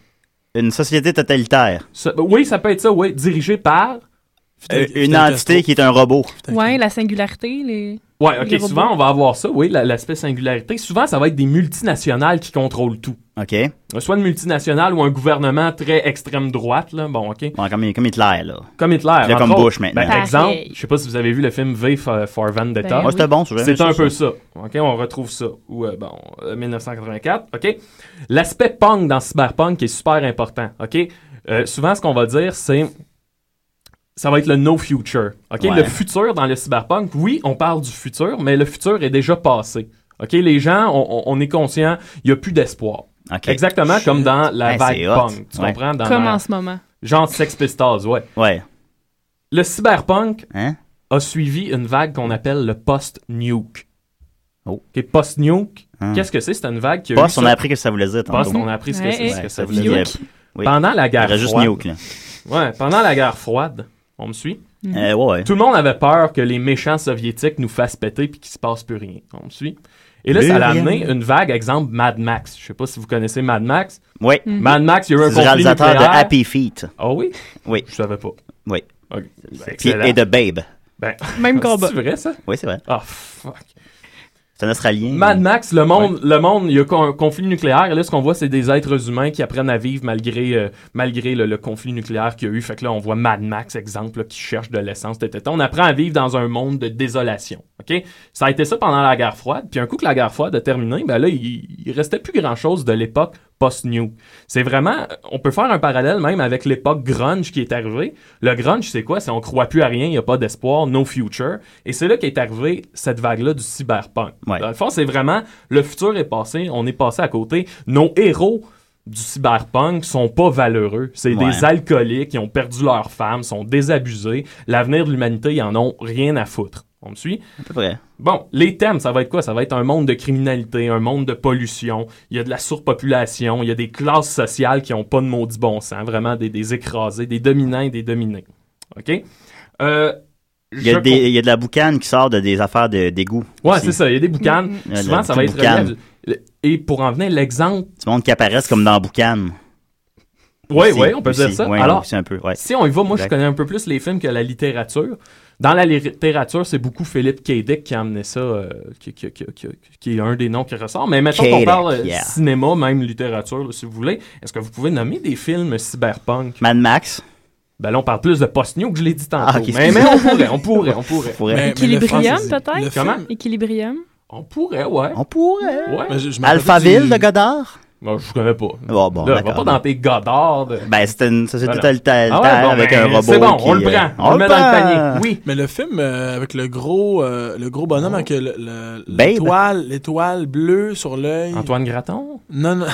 une société totalitaire. Ça- oui, ça peut être ça, oui. Dirigé par... Euh, Fidel- Une Fidel entité Castro. qui est un robot. Ouais, la singularité, les... Ouais, Les ok. robots. Souvent, on va avoir ça, oui, la- l'aspect singularité. Souvent, ça va être des multinationales qui contrôlent tout. Euh, OK? Soit une multinationale ou un gouvernement très extrême droite, là. Bon, ok. Bon, comme, comme Hitler, là. Comme Hitler. Là, entre comme autres. Bush, maintenant. Ben, par exemple, Pareil. je sais pas si vous avez vu le film V for, for Vendetta. Ben, Moi, Ah, c'était bon, ça, j'aimais C'est ça, un ça. peu ça. OK, on retrouve ça. Ou, euh, bon, euh, 1984. OK. L'aspect punk dans Cyberpunk est super important. OK. Euh, souvent, ce qu'on va dire, c'est. Ça va être le no future. OK. Ouais. Le futur dans le cyberpunk, oui, on parle du futur, mais le futur est déjà passé. OK. Les gens, on, on- on est conscient, il n'y a plus d'espoir. OK. Exactement comme dans la Hey, vague c'est hot. punk. Tu Ouais. comprends? Dans comme la- en ce moment. Genre Sex Pistols, ouais. Ouais. Le cyberpunk Hein? a suivi une vague qu'on appelle le post-nuke. Oh. OK, post-nuke, Hmm. qu'est-ce que c'est? C'est une vague qui a eu Post, ça- on a appris que ça voulait dire. tantôt. Post, on a appris ce que Ouais, c'est, ce ouais. que ça Ça voulait voulait dire. dire. Oui. Pendant la Il y guerre aurait juste froide, Nuke, là. ouais, pendant la guerre froide, on me suit? Euh, ouais, ouais. Tout le monde avait peur que les méchants soviétiques nous fassent péter puis qu'il se passe plus rien. On me suit? Et là, Plus ça a rien. amené une vague, exemple Mad Max. Je sais pas si vous connaissez Mad Max. Ouais. Mhm. Mad Max, il y a eu un C'est le conflit réalisateur de nucléaire. Happy Feet. Ah oui? Oui. Je savais pas. Oui. Ok, Puis- excellent. et de Babe. Ben, Même combat. [LAUGHS] c'est vrai, ça? Oui, c'est vrai. Ah, fuck. C'est un Australien. Mad Max, le monde, le monde, il y a co- un conflit nucléaire. Et là, ce qu'on voit, c'est des êtres humains qui apprennent à vivre malgré, euh, malgré le, le conflit nucléaire qu'il y a eu. Fait que là, on voit Mad Max, exemple, là, qui cherche de l'essence. tata. On apprend à vivre dans un monde de désolation. Ok, ça a été ça pendant la guerre froide. Puis un coup que la guerre froide a terminé, ben là, il, il restait plus grand chose de l'époque post-new. C'est vraiment, on peut faire un parallèle même avec l'époque grunge qui est arrivée. Le grunge, c'est quoi C'est on croit plus à rien, il n'y a pas d'espoir, no future. Et c'est là qu'est arrivée cette vague-là du cyberpunk. Ouais. Dans le fond, c'est vraiment le futur est passé, on est passé à côté. Nos héros du cyberpunk sont pas valeureux. C'est des Ouais. alcooliques qui ont perdu leur femme, sont désabusés. L'avenir de l'humanité, ils en ont rien à foutre. On me suit? À peu près. Bon, les thèmes, ça va être quoi? Ça va être un monde de criminalité, un monde de pollution, il y a de la surpopulation, il y a des classes sociales qui n'ont pas de maudit bon sens, vraiment des, des écrasés, des dominants et des dominés. OK? Euh, Il y, je a des- il y a de la boucane qui sort de des affaires de- d'égout. Ouais, aussi. c'est ça, il y a des boucanes. Mm. Souvent, Il y a ça beaucoup va être... de boucanes. relié à du- Et pour en venir, l'exemple... Du monde qui apparaissent comme dans boucane. Oui, Aussi, oui, on peut aussi. dire ça. Ouais, Alors, aussi un peu, ouais. Si on y va, moi, je Exact. connais un peu plus les films que la littérature. Dans la littérature, c'est beaucoup Philippe K. Dick qui a amené ça, euh, qui, qui- qui- qui- qui est un des noms qui ressort. Mais mettons K. qu'on Dick, parle euh, yeah. cinéma, même littérature, là, si vous voulez. Est-ce que vous pouvez nommer des films cyberpunk? Mad Max. Ben là, on parle plus de post-new que je l'ai dit tantôt. Ah, ok, mais, excusez. mais on pourrait, on pourrait, on pourrait. Pourrait. Mais- mais le Équilibrium, français, peut-être? le film- Comment? Équilibrium. On pourrait, ouais. On pourrait. Ouais. Ben, je- je me rappelle Alphaville du- de Godard. Bon, je connais pas. Bon, Ah, bon, Là, va d'accord. pas dans tes godards. de- Ben, c'était une société Voilà. totalitaire Ah ouais, bon, avec ben, un robot. C'est bon, qui, on le euh, prend. On le met dans le panier. Oui. Mais le film euh, avec le gros, euh, le gros bonhomme avec le- le- Oh. Babe. l'étoile, l'étoile bleue sur l'œil. Antoine Graton? Non, non.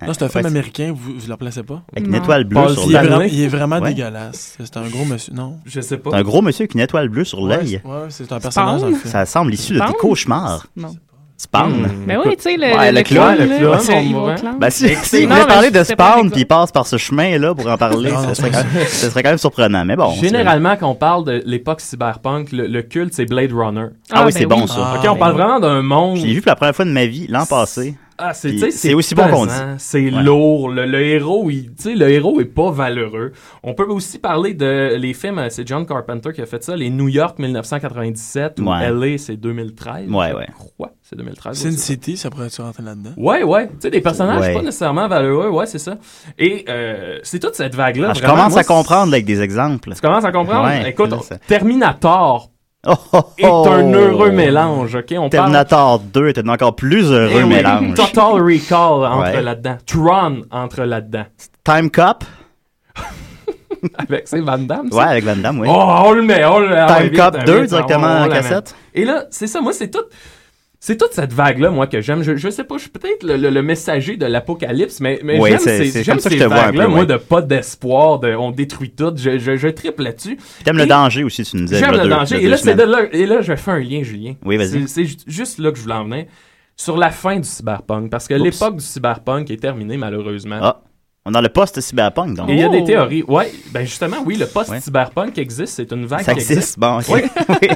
Non, c'est un film ouais, américain, vous ne l'appelez pas? Avec une Non. étoile bleue Paul sur Il est, Stanley. l'œil. vraiment, il est vraiment Ouais. dégueulasse. C'est un gros monsieur. Non. Je sais pas. C'est un gros monsieur avec une étoile bleue sur Ouais, l'œil. c'est- ouais, c'est un personnage dans le film. Ça semble issu de tes Spawn? cauchemars. Non. Spawn. Hmm. Mais Ben oui, tu sais, le, Ouais, le clown, le là, clown, c'est on Evil voit. Clown. Ben, si, si il Non, voulait mais parler je de sais pas Spawn c'est puis il passe par ce chemin-là pour en parler, Non, non, ce, serait quand même, ce serait quand même surprenant. Mais bon. Généralement, quand on parle de l'époque cyberpunk, le, le culte, c'est Blade Runner. Ah, oui, ben c'est bon ça. Ah, OK, on ben parle oui. vraiment d'un monde... Je l'ai vu pour la première fois de ma vie l'an passé. Ah, c'est, Puis tu sais, c'est aussi bon qu'on dit. pesant, C'est Ouais. lourd. Le, le héros, il, tu sais, le héros est pas valeureux. On peut aussi parler de les films, euh, c'est John Carpenter qui a fait ça, les New York 1997 ou Ouais. LA, c'est 2013. Ouais, je ouais. crois, c'est 2013. Sin aussi. City, ça pourrait-tu rentrer là-dedans? Ouais, ouais. Tu sais, des personnages Ouais. pas nécessairement valeureux, ouais, c'est ça. Et euh, c'est toute cette vague-là. Ah, je vraiment, commence moi, à comprendre là, avec des exemples. Tu commences à comprendre? Ouais, Écoute, là, ça- Terminator Oh, oh, est oh. un heureux mélange, OK? On parle... Terminator 2 était un encore plus Eh heureux oui, mélange. Total Recall entre Ouais. là-dedans. Tron entre là-dedans. Time Cop, [LAUGHS] Avec, c'est Van Damme, ça? ouais, avec Van Damme, oui. Oh, on le met, on le on le Time vite, Cop on 2 vite, directement on- on en la met. cassette. Et là, c'est ça, moi, c'est tout. C'est toute cette vague-là, moi, que j'aime. Je, je sais pas, je suis peut-être le, le- le messager de l'apocalypse, mais, mais Oui, j'aime c'est- ces, c'est j'aime comme ça que ces je te vois un vagues-là, peu, moi, ouais. de pas d'espoir, de on détruit tout. Je, je, je tripe là-dessus. Puis T'aimes le Et- danger aussi, tu nous disais. J'aime il y a le deux- danger. il y a Et là, deux c'est de semaines. là, et là, je fais un lien, Julien. Oui, vas-y. C'est- C'est ju- juste là que je voulais en venir. Sur la fin du cyberpunk, parce que Oups. l'époque du cyberpunk est terminée, malheureusement. Ah, on a le poste cyberpunk, donc. Et il y a des Oh. théories. Ouais, ben justement, oui, le post-cyberpunk existe, c'est une vague Ça qui existe. existe, bon, ok. Oui. [LAUGHS]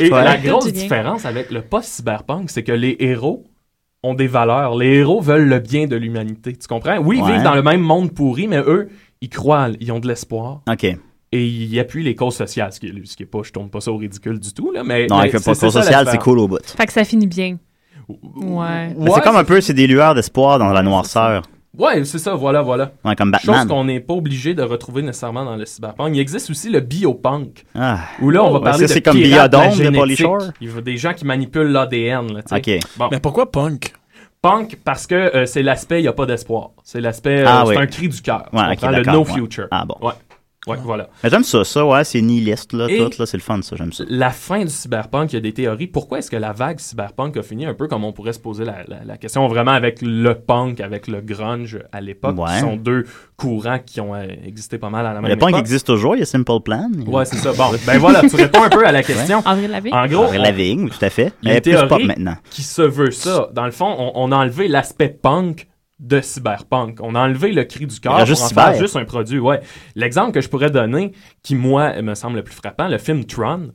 Oui, oui. Et Ouais. la grosse Julien. différence avec le post-cyberpunk, c'est que les héros ont des valeurs. Les héros veulent le bien de l'humanité. Tu comprends? Oui, ils Ouais. vivent dans le même monde pourri, mais eux, ils croient, ils ont de l'espoir Ok. et ils appuient les causes sociales. Ce qui, est- ce qui est pas, je tombe pas ça au ridicule du tout, là, mais. Non, mais avec le c'est- poste c'est ça la social, c'est différence. cool au bout. Fait que ça finit bien. Ouais. Mais c'est comme un peu, c'est des lueurs d'espoir dans la noirceur. Ouais, c'est ça, voilà, voilà. Ouais, comme Chose Batman. qu'on n'est pas obligé de retrouver nécessairement dans le cyberpunk. Il existe aussi le biopunk. Ah, Où là, on va Ouais, parler ça, de c'est comme pirates de la Biodome de génétique. Pauly Shore. Il y a des gens qui manipulent l'ADN. Là, tu sais. ok. Bon. Mais pourquoi punk? Punk parce que euh, c'est l'aspect il n'y a pas d'espoir. C'est l'aspect euh, Ah c'est oui. un cri du cœur. Ouais, On ok, prend le d'accord, no ouais. future. Ah bon. Ouais. Ouais, voilà. Mais j'aime ça, ça, ouais, c'est nihiliste, là, Et- tout, là, c'est le fun, ça, j'aime ça. La fin du cyberpunk, il y a des théories. Pourquoi est-ce que la vague cyberpunk a fini un peu comme on pourrait se poser la, la- la question vraiment avec le punk, avec le grunge à l'époque, Ouais. qui sont deux courants qui ont euh, existé pas mal à la même Le punk époque. existe toujours, il y a Simple Plan. il y a- Ouais, c'est ça. Bon, ben voilà, tu réponds un peu à la question. Avril Lavigne? En gros, Avril on- Lavigne, oui, tout à fait. Il y Mais a une plus théorie- pop maintenant. qui se veut ça. Dans le fond, on, on a enlevé l'aspect punk de cyberpunk. On a enlevé le cri du Il cœur y a pour juste en cyber. faire juste un produit. Ouais. L'exemple que je pourrais donner, qui moi me semble le plus frappant, le film Tron.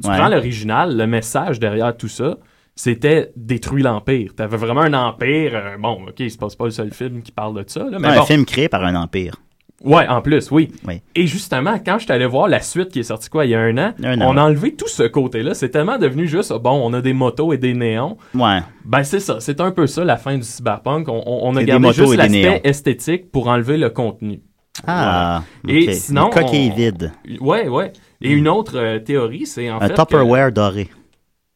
Tu Ouais. prends l'original, le message derrière tout ça, c'était détruit l'empire. T'avais vraiment un empire. euh, bon, ok, il se passe pas le seul film qui parle de ça, là, mais Ouais, bon. Un film créé par un empire. Ouais, en plus, oui. Oui. Et justement, quand je suis allé voir la suite qui est sortie quoi, il y a un an, Un an, on ouais. a enlevé tout ce côté-là. C'est tellement devenu juste, ah, bon, on a des motos et des néons. Ouais. Ben c'est ça, c'est un peu ça la fin du cyberpunk. On, on- on a C'est des gardé motos juste et des néons. l'aspect esthétique pour enlever le contenu. Ah, Et ok. sinon, Une coquille on- vide. Ouais, ouais. Et une autre euh, théorie, c'est en Mm. Un fait. euh, Tupperware doré.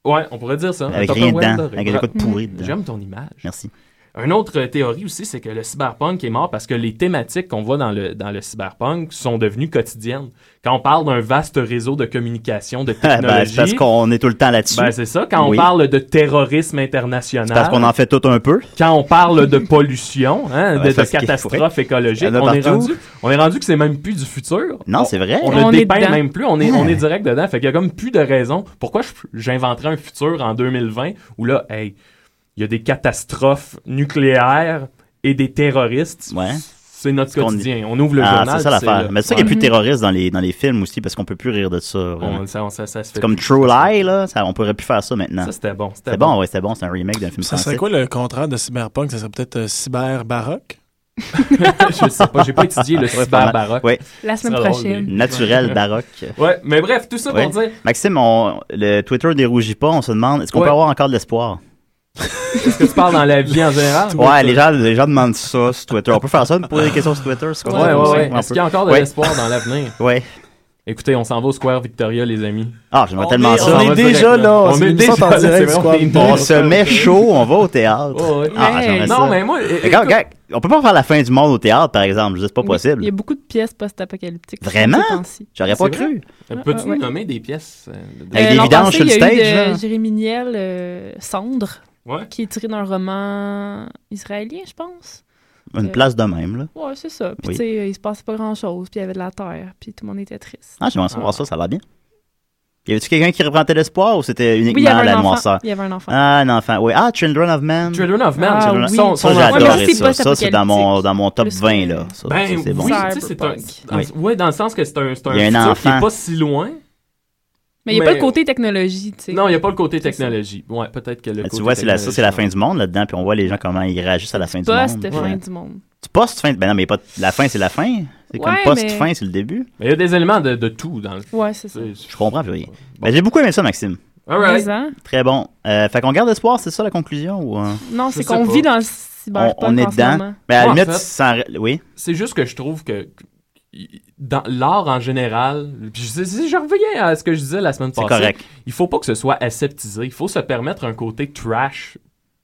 que- ouais, on pourrait dire ça. un Avec rien Tupperware dedans. doré. Avec des Bra- coups de pourri dedans. J'aime ton image. Merci. [LAUGHS] Une autre euh, théorie aussi, c'est que le cyberpunk est mort parce que les thématiques qu'on voit dans le, dans le cyberpunk sont devenues quotidiennes. Quand on parle d'un vaste réseau de communication, de Ah, [LAUGHS] ben, technologie, c'est parce qu'on est tout le temps là-dessus. ben, c'est ça. Quand Oui. on parle de terrorisme international, C'est parce qu'on en fait tout un peu. quand on parle [LAUGHS] de pollution, hein, Ouais, de, de ça, c'est catastrophes écologiques, Il y en a on est, partout. rendu, on est rendu que c'est même plus du futur. Non, On- c'est vrai. On On ne est dépeint dedans. même plus, on est, on est direct dedans. Fait qu'il y a comme plus de raison. Pourquoi je- j'inventerais un futur en 2020 où là, hey, il y a des catastrophes nucléaires et des terroristes. Ouais. C'est notre qu'on est- quotidien. On ouvre le ah, journal. c'est ça puis l'affaire. là. Mais c'est ça Ouais. qu'il n'y a plus de terroristes dans les, dans les films aussi, parce qu'on peut plus rire de ça. vraiment. On le sait, on sait, ça se fait C'est comme plus. True Lie, là. ça- on pourrait plus faire ça maintenant. Ça, c'était bon. C'est bon, ouais, c'est bon. C'est un remake d'un film Ça français. serait quoi le contraire de cyberpunk? Ça serait peut-être euh, cyber-baroque? [LAUGHS] je sais pas, j'ai pas étudié le Ouais, pas cyber baroque. Ouais. La semaine Ça sera drôle, prochaine. [LAUGHS] lui. Naturel baroque. Ouais, mais bref, tout ça Ouais. pour dire. Maxime, on- le Twitter dérougit pas. On se demande, est-ce qu'on Ouais. peut avoir encore de l'espoir? Est-ce que tu parles dans la vie en général? Ouais, les gens, les gens demandent ça sur Twitter. On peut faire ça, poser des questions sur Twitter. c'est comme Ouais, ça, ouais, on sait ouais. comment on Est-ce peut. qu'il y a encore de Ouais. l'espoir dans l'avenir? Ouais. Écoutez, on s'en va au Square Victoria, les amis. Ah, j'aimerais tellement ça. On est déjà là. On C'est est une émission déjà en là. direct c'est du vrai, Square on est Victoria. déjà On se met chaud, on va au théâtre. Oh, ouais. Ah, Mais- j'aimerais non, ça. mais moi. Mais gars, gars, on peut pas faire la fin du monde au théâtre, par exemple. C'est pas Oui, possible. Il y a beaucoup de pièces post-apocalyptiques. Vraiment? ces temps-ci. J'aurais C'est pas vrai. cru. Euh, Peux-tu Ouais. nous nommer des pièces euh, de- Avec des l'an vidanges passé, sur le il y a eu stage, hein? de là. Jérémy Niel, euh, Cendre, Ouais. qui est tiré d'un roman israélien, je pense. Euh. Une place de même, là. Ouais, c'est ça. Puis, Oui. tu sais, euh, il se passait pas grand-chose, puis il y avait de la terre, puis tout le monde était triste. Ah, j'aimerais savoir ça, ça va bien. Y avait-tu quelqu'un qui représentait l'espoir ou c'était Oui, il y uniquement avait la un enfant. noirceur? Il y avait un enfant. Ah, un enfant, oui. Ah, Children of Men. Children of Man. Ah, Children- Children of- oui. Son, son Ça, j'ai Ouais, mais ça, adoré c'est ça. Ça, c'est dans mon, post-apocalyptique. dans mon top Plus que- 20, là. Ça, Ben ça, c'est bon. oui, Cyberpunk. tu sais, c'est un. dans- Oui. Ouais, dans le sens que c'est un, c'est un Il y a un futur qui enfant. est pas si loin. Mais il n'y a Mais- pas le côté technologie, tu sais. Non, il n'y a pas le côté C'est ça. technologie. Ouais, peut-être que le Mais côté Ben, tu vois, c'est la, ça, c'est la fin technologie, du monde là-dedans, puis on voit les gens comment ils réagissent à la fin du monde. Post-fin Ouais. du monde. Tu postes fin. Ben non, mais pas la fin, c'est la fin. C'est comme Ouais, post-fin, mais- c'est le début. Mais il y a des éléments de, de tout dans le. Ouais, c'est ça. Je comprends plus rien. Ben, j'ai beaucoup aimé ça, Maxime. All right. Mais, hein, Très bon. Euh, fait qu'on garde espoir, c'est ça la conclusion ou euh, Non, Je c'est sais qu'on pas. vit dans le on, cyberpunk on est en ce dedans. moment. Mais à la Moi, en limite, fait- sans- oui. C'est juste que je trouve que dans l'art en général, puis je, je- je reviens à ce que je disais la semaine C'est passée. correct. Il faut pas que ce soit aseptisé. Il faut se permettre un côté trash.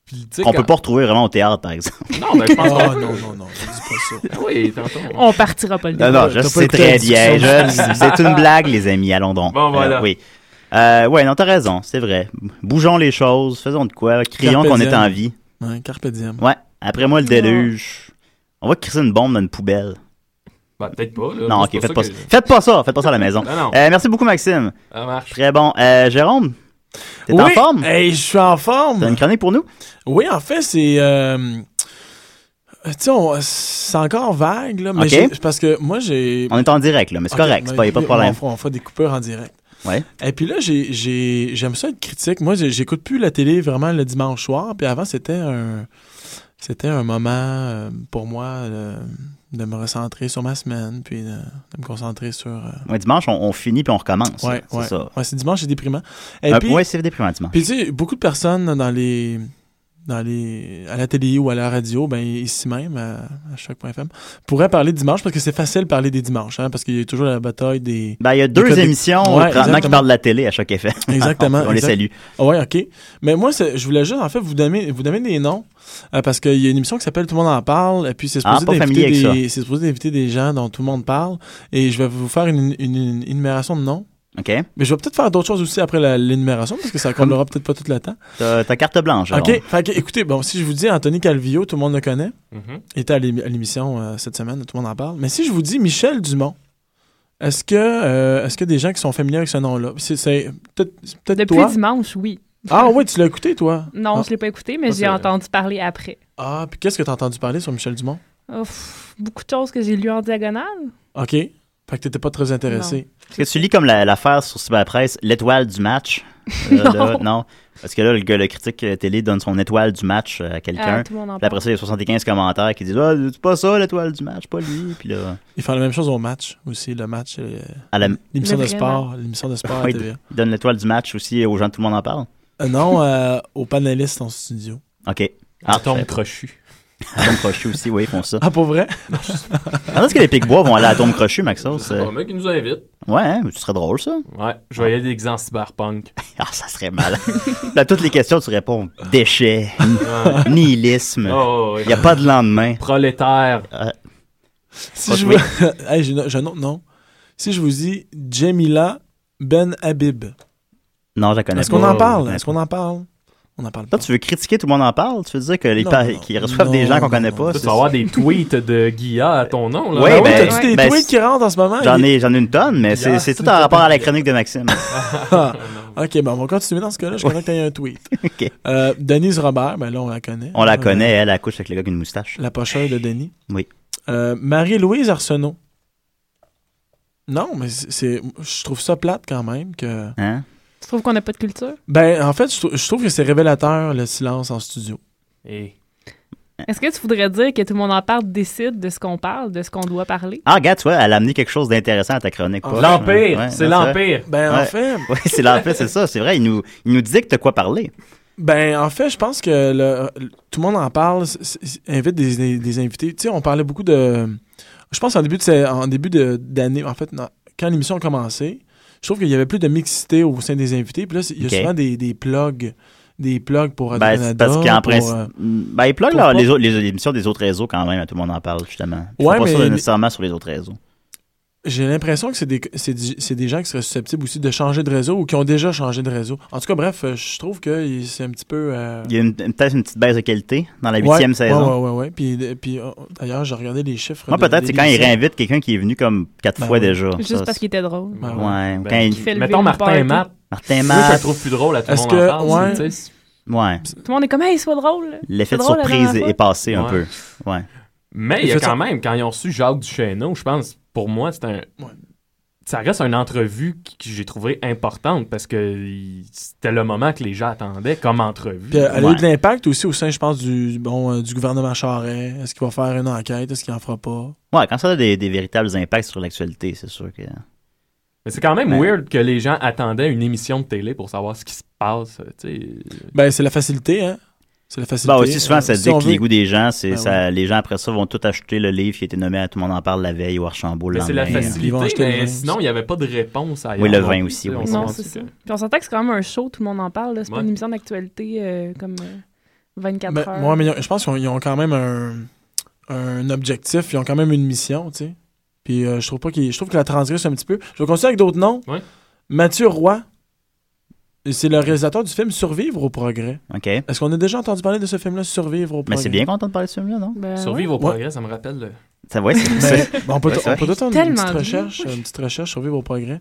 Puis, tu sais, Qu'on peut quand- pas retrouver vraiment au théâtre, par exemple. Non, ben, je [LAUGHS] pense Ah, pas. non, non, non, je dis pas ça. Oui, tantôt. Oh. On partira pas le Non, débat. non, je T'as pas sais écouté très la bien. discussion. je- C'est une blague, les amis, allons donc. Bon, voilà. oui. Euh, ouais, non, t'as raison, c'est vrai. Bougeons les choses, faisons de quoi, crions Carpe qu'on est diem. en vie. Ouais, Carpe diem. Ouais, après moi, le déluge. On va crisser une bombe dans une poubelle. Ben, peut-être pas. Là. non, C'est ok, faites ça pas que- ça. Faites pas ça, faites pas ça à la maison. Non, non, Euh, merci beaucoup, Maxime. ça marche. Très bon. Euh, Jérôme, t'es en Oui, forme? Hey, je suis en T'as forme. une chronique pour nous? Oui, en fait, c'est. euh, tu sais, on- c'est encore vague, là. Mais Ok. j'ai- parce que moi, j'ai. On est en direct, là, mais c'est Ok, correct, c'est ben, pas, y a pas de on problème. fera- On, fera des coupures en direct. Ouais. Et puis là, j'ai- j'ai- j'aime ça être critique. Moi, j'ai- j'écoute plus la télé vraiment le dimanche soir. Puis avant, c'était un, c'était un moment euh, pour moi euh, de me recentrer sur ma semaine, puis de, de me concentrer sur. euh, Ouais, dimanche, on, on finit puis on recommence. ouais, c'est ouais. ça. Ouais, c'est dimanche, c'est déprimant. Et Euh, puis, ouais, c'est déprimant, dimanche. puis tu sais, beaucoup de personnes dans les, dans les, à la télé ou à la radio, ben ici même, à, à choc.fm, pourraient parler dimanche parce que c'est facile de parler des dimanches, hein, parce qu'il y a toujours la bataille des. Ben, il y a deux Écoute, émissions, ouais, présentement, qui exactement. parlent de la télé à chaque effet. [LAUGHS] Exactement, [LAUGHS] on les exact- salue. Ah Ouais, ok. Mais moi, c'est- je voulais juste, en fait, vous donner, vous donner des noms, euh, parce qu'il y a une émission qui s'appelle Tout le monde en parle, et puis c'est Ah, supposé, pas d'inviter familier avec des, c'est supposé d'inviter des gens dont tout le monde parle, et je vais vous faire une, une- une énumération de noms. OK? Mais je vais peut-être faire d'autres choses aussi après la- l'énumération, parce que ça comblera peut-être pas tout le temps. T'as ta carte blanche, Jérôme. Ok, fait que, écoutez, bon, si je vous dis Anthony Calvillo, tout le monde le connaît, Mhm. il était à l'é- à l'émission euh, cette semaine, tout le monde en parle. Mais si je vous dis Michel Dumont, est-ce que, euh, est-ce que des gens qui sont familiers avec ce nom-là, c'est, c'est peut-être, c'est peut-être Depuis toi? dimanche, oui. Ah oui, tu l'as écouté, toi? Non, Ah. je l'ai pas écouté, mais Ça, c'est- j'ai entendu parler après. Ah, puis qu'est-ce que t'as entendu parler sur Michel Dumont? Ouf, beaucoup de choses que j'ai lues en diagonale. OK. Fait que t'étais pas très intéressé. Est-ce que tu lis comme la- l'affaire sur Cyberpresse, l'étoile du match? Euh, Non. là, non. Parce que là, le, gars, le critique euh, télé donne son étoile du match euh, à quelqu'un. Ah, tout le monde en Puis après parle. ça, il y a 75 commentaires qui disent Ah, c'est pas ça l'étoile du match, pas lui. Puis là, Ils font la même chose au match aussi, le match, euh, à [LAUGHS] la- il l'émission Le de vrai sport, l'émission de sport à Oui. TVA. donne l'étoile du match aussi aux gens, tout le monde en parle. Euh, non, euh, aux panélistes en studio. OK. Ah, Ah, tombe fait. crochu. Atome crochu aussi, oui, ils font ça. Ah, pour vrai? Quand est-ce que les Picbois vont aller à Atome crochu, Je Maxos sais pas, Euh, un mec qui nous invite. Ouais, hein, ce serait drôle ça. Ouais, je vais y aller des [LAUGHS] en cyberpunk. Ah, ça serait mal. [LAUGHS] Là, toutes les questions, tu réponds déchets, nihilisme, il Oh, ouais. n'y a pas de lendemain. Prolétaire. Ah, Si je vous... [LAUGHS] Hey, j'ai, un- j'ai un autre nom. Si je vous dis Jamila Ben Habib, Non, je la connais est-ce pas. qu'on en parle? Ouais. Est-ce qu'on en parle? On en parle pas. Toi, tu veux critiquer, tout le monde en parle? Tu veux dire que les Non, pa- non. qu'ils reçoivent des gens qu'on Non, connaît non, pas? Tu c'est- vas avoir des tweets de Guilla à ton nom. Là. Ouais, Ah oui, ben, t'as-tu des ben, tweets c'est- qui rentrent en ce moment? [LAUGHS] J'en ai, j'en ai une tonne, mais c'est, Ah, c'est tout c'est en une rapport tonne. à la chronique de Maxime. OK, ben on va continuer dans ce cas-là. Je connais qu'il y a un tweet. [LAUGHS] OK. Euh, Denise Robert, ben là, on la connaît. On la Euh, connaît, elle, elle couche avec le gars qui a une moustache. La pocheur de Denis. Oui. Euh, Marie-Louise Arsenault. Non, mais c'est, c'est- je trouve ça plate quand même que. Hein? Tu trouves qu'on n'a pas de culture? Ben, en fait, je, trou- je trouve que c'est révélateur le silence en studio. ben Et... Est-ce que tu voudrais dire que tout le monde en parle décide de ce qu'on parle, de ce qu'on doit parler? Ah, regarde, tu vois, elle a amené quelque chose d'intéressant à ta chronique. pas? Ah. L'Empire, Ouais, c'est ouais, vrai. l'Empire. Ben, en Ouais. fait, Oui, c'est l'Empire, c'est ça, c'est vrai. Il nous, il nous disait que t'as quoi parler. ben, en fait, je pense que le- le- tout le monde en parle, c- c- invite des, des- des invités. Tu sais, on parlait beaucoup de. Je pense en début de, ces- en début de- d'année, en fait, non, que- quand l'émission a commencé, je trouve qu'il y avait plus de mixité au sein des invités. Puis là, c'est- il y a Ok. souvent des, des plugs, des plugs pour Ben, Radio-Canada. c'est parce qu'en pour, principe. euh, Ben, ils pluguent pour leur- pas- les, autres- les émissions des autres réseaux quand même, tout le monde en parle justement. Ils Ouais, sont pas mais- ça nécessairement sur les autres réseaux. J'ai l'impression que c'est des, c'est du- c'est des gens qui seraient susceptibles aussi de changer de réseau ou qui ont déjà changé de réseau. En tout cas, bref, euh, je trouve que il- c'est un petit peu... euh, Il y a une- peut-être une petite baisse de qualité dans la ouais, huitième saison. Ouais, ouais, ouais. ouais. Puis, de- puis euh, d'ailleurs, j'ai regardé les chiffres. Moi, de- peut-être, des c'est quand ils émissions. réinvitent quelqu'un qui est venu comme quatre Ben fois oui. déjà. Juste Ah, Ça, parce qu'il était drôle. Ben c'est- ouais. Ouais, Ben, quand Qui il... fait lever Mettons le Martin et party. Matt. Martin Eux, je le Matt, trouve plus drôle, à tout le Est-ce monde que- en parle. ouais. tu sais. ouais. Tout le monde est comme, hey, sois drôle. L'effet de drôle, hein? la surprise dernière est passé un Ouais. peu. Ouais. Mais il y Je a sais- quand même, quand ils ont su Jacques Duchesneau, je pense, pour moi, c'est un. Ça reste une entrevue qui- que j'ai trouvée importante parce que il- c'était le moment que les gens attendaient comme entrevue. Puis euh, elle a eu Ouais. de l'impact aussi au sein, je pense, du, bon, euh, du gouvernement Charest. Est-ce qu'il va faire une enquête? Est-ce qu'il en fera pas? Ouais, quand ça a des, des véritables impacts sur l'actualité, c'est sûr que. Mais c'est quand même ben, Ouais. weird que les gens attendaient une émission de télé pour savoir ce qui se passe. euh, tu sais. Ben, c'est la facilité, hein? C'est la facilité. Bah aussi souvent, Euh, ça si dit on que les veut- goûts des gens, c'est Ben ça. Les gens après ça vont tout acheter le livre qui a été nommé à tout le monde en parle la veille ou Archambault le Ben, Mais c'est la lendemain. Ils vont facilité, acheter le vin mais aussi. sinon, il n'y avait pas de réponse ailleurs. Oui, le non vin plus, aussi, tu sais, oui. on Non, s'entend c'est ça. que- Puis on s'entend que c'est quand même un show, tout le monde en parle. là. C'est Ouais. pas une émission d'actualité euh, comme euh, 24 Ben, heures. ouais, mais ils ont- je pense qu'ils ont- ils ont quand même un, un objectif, ils ont quand même une mission, tu sais. Puis euh, je trouve pas qu'ils- je trouve que la transgresse un petit peu. Je vais continuer avec d'autres noms. Ouais. Mathieu Roy, c'est le réalisateur du film Survivre au progrès. OK. Mais Est-ce qu'on a déjà entendu parler de ce film-là, Survivre au progrès? Ben, c'est bien content de parler de ce film-là, non? Ben, Survivre au Ouais. progrès, ça me rappelle. euh, le- Ça va, c'est Mais, c'est- bon, Bah, on peut, Ouais, c'est on peut tout faire une Tellement petite bien. recherche, une petite recherche sur Vivre au progrès.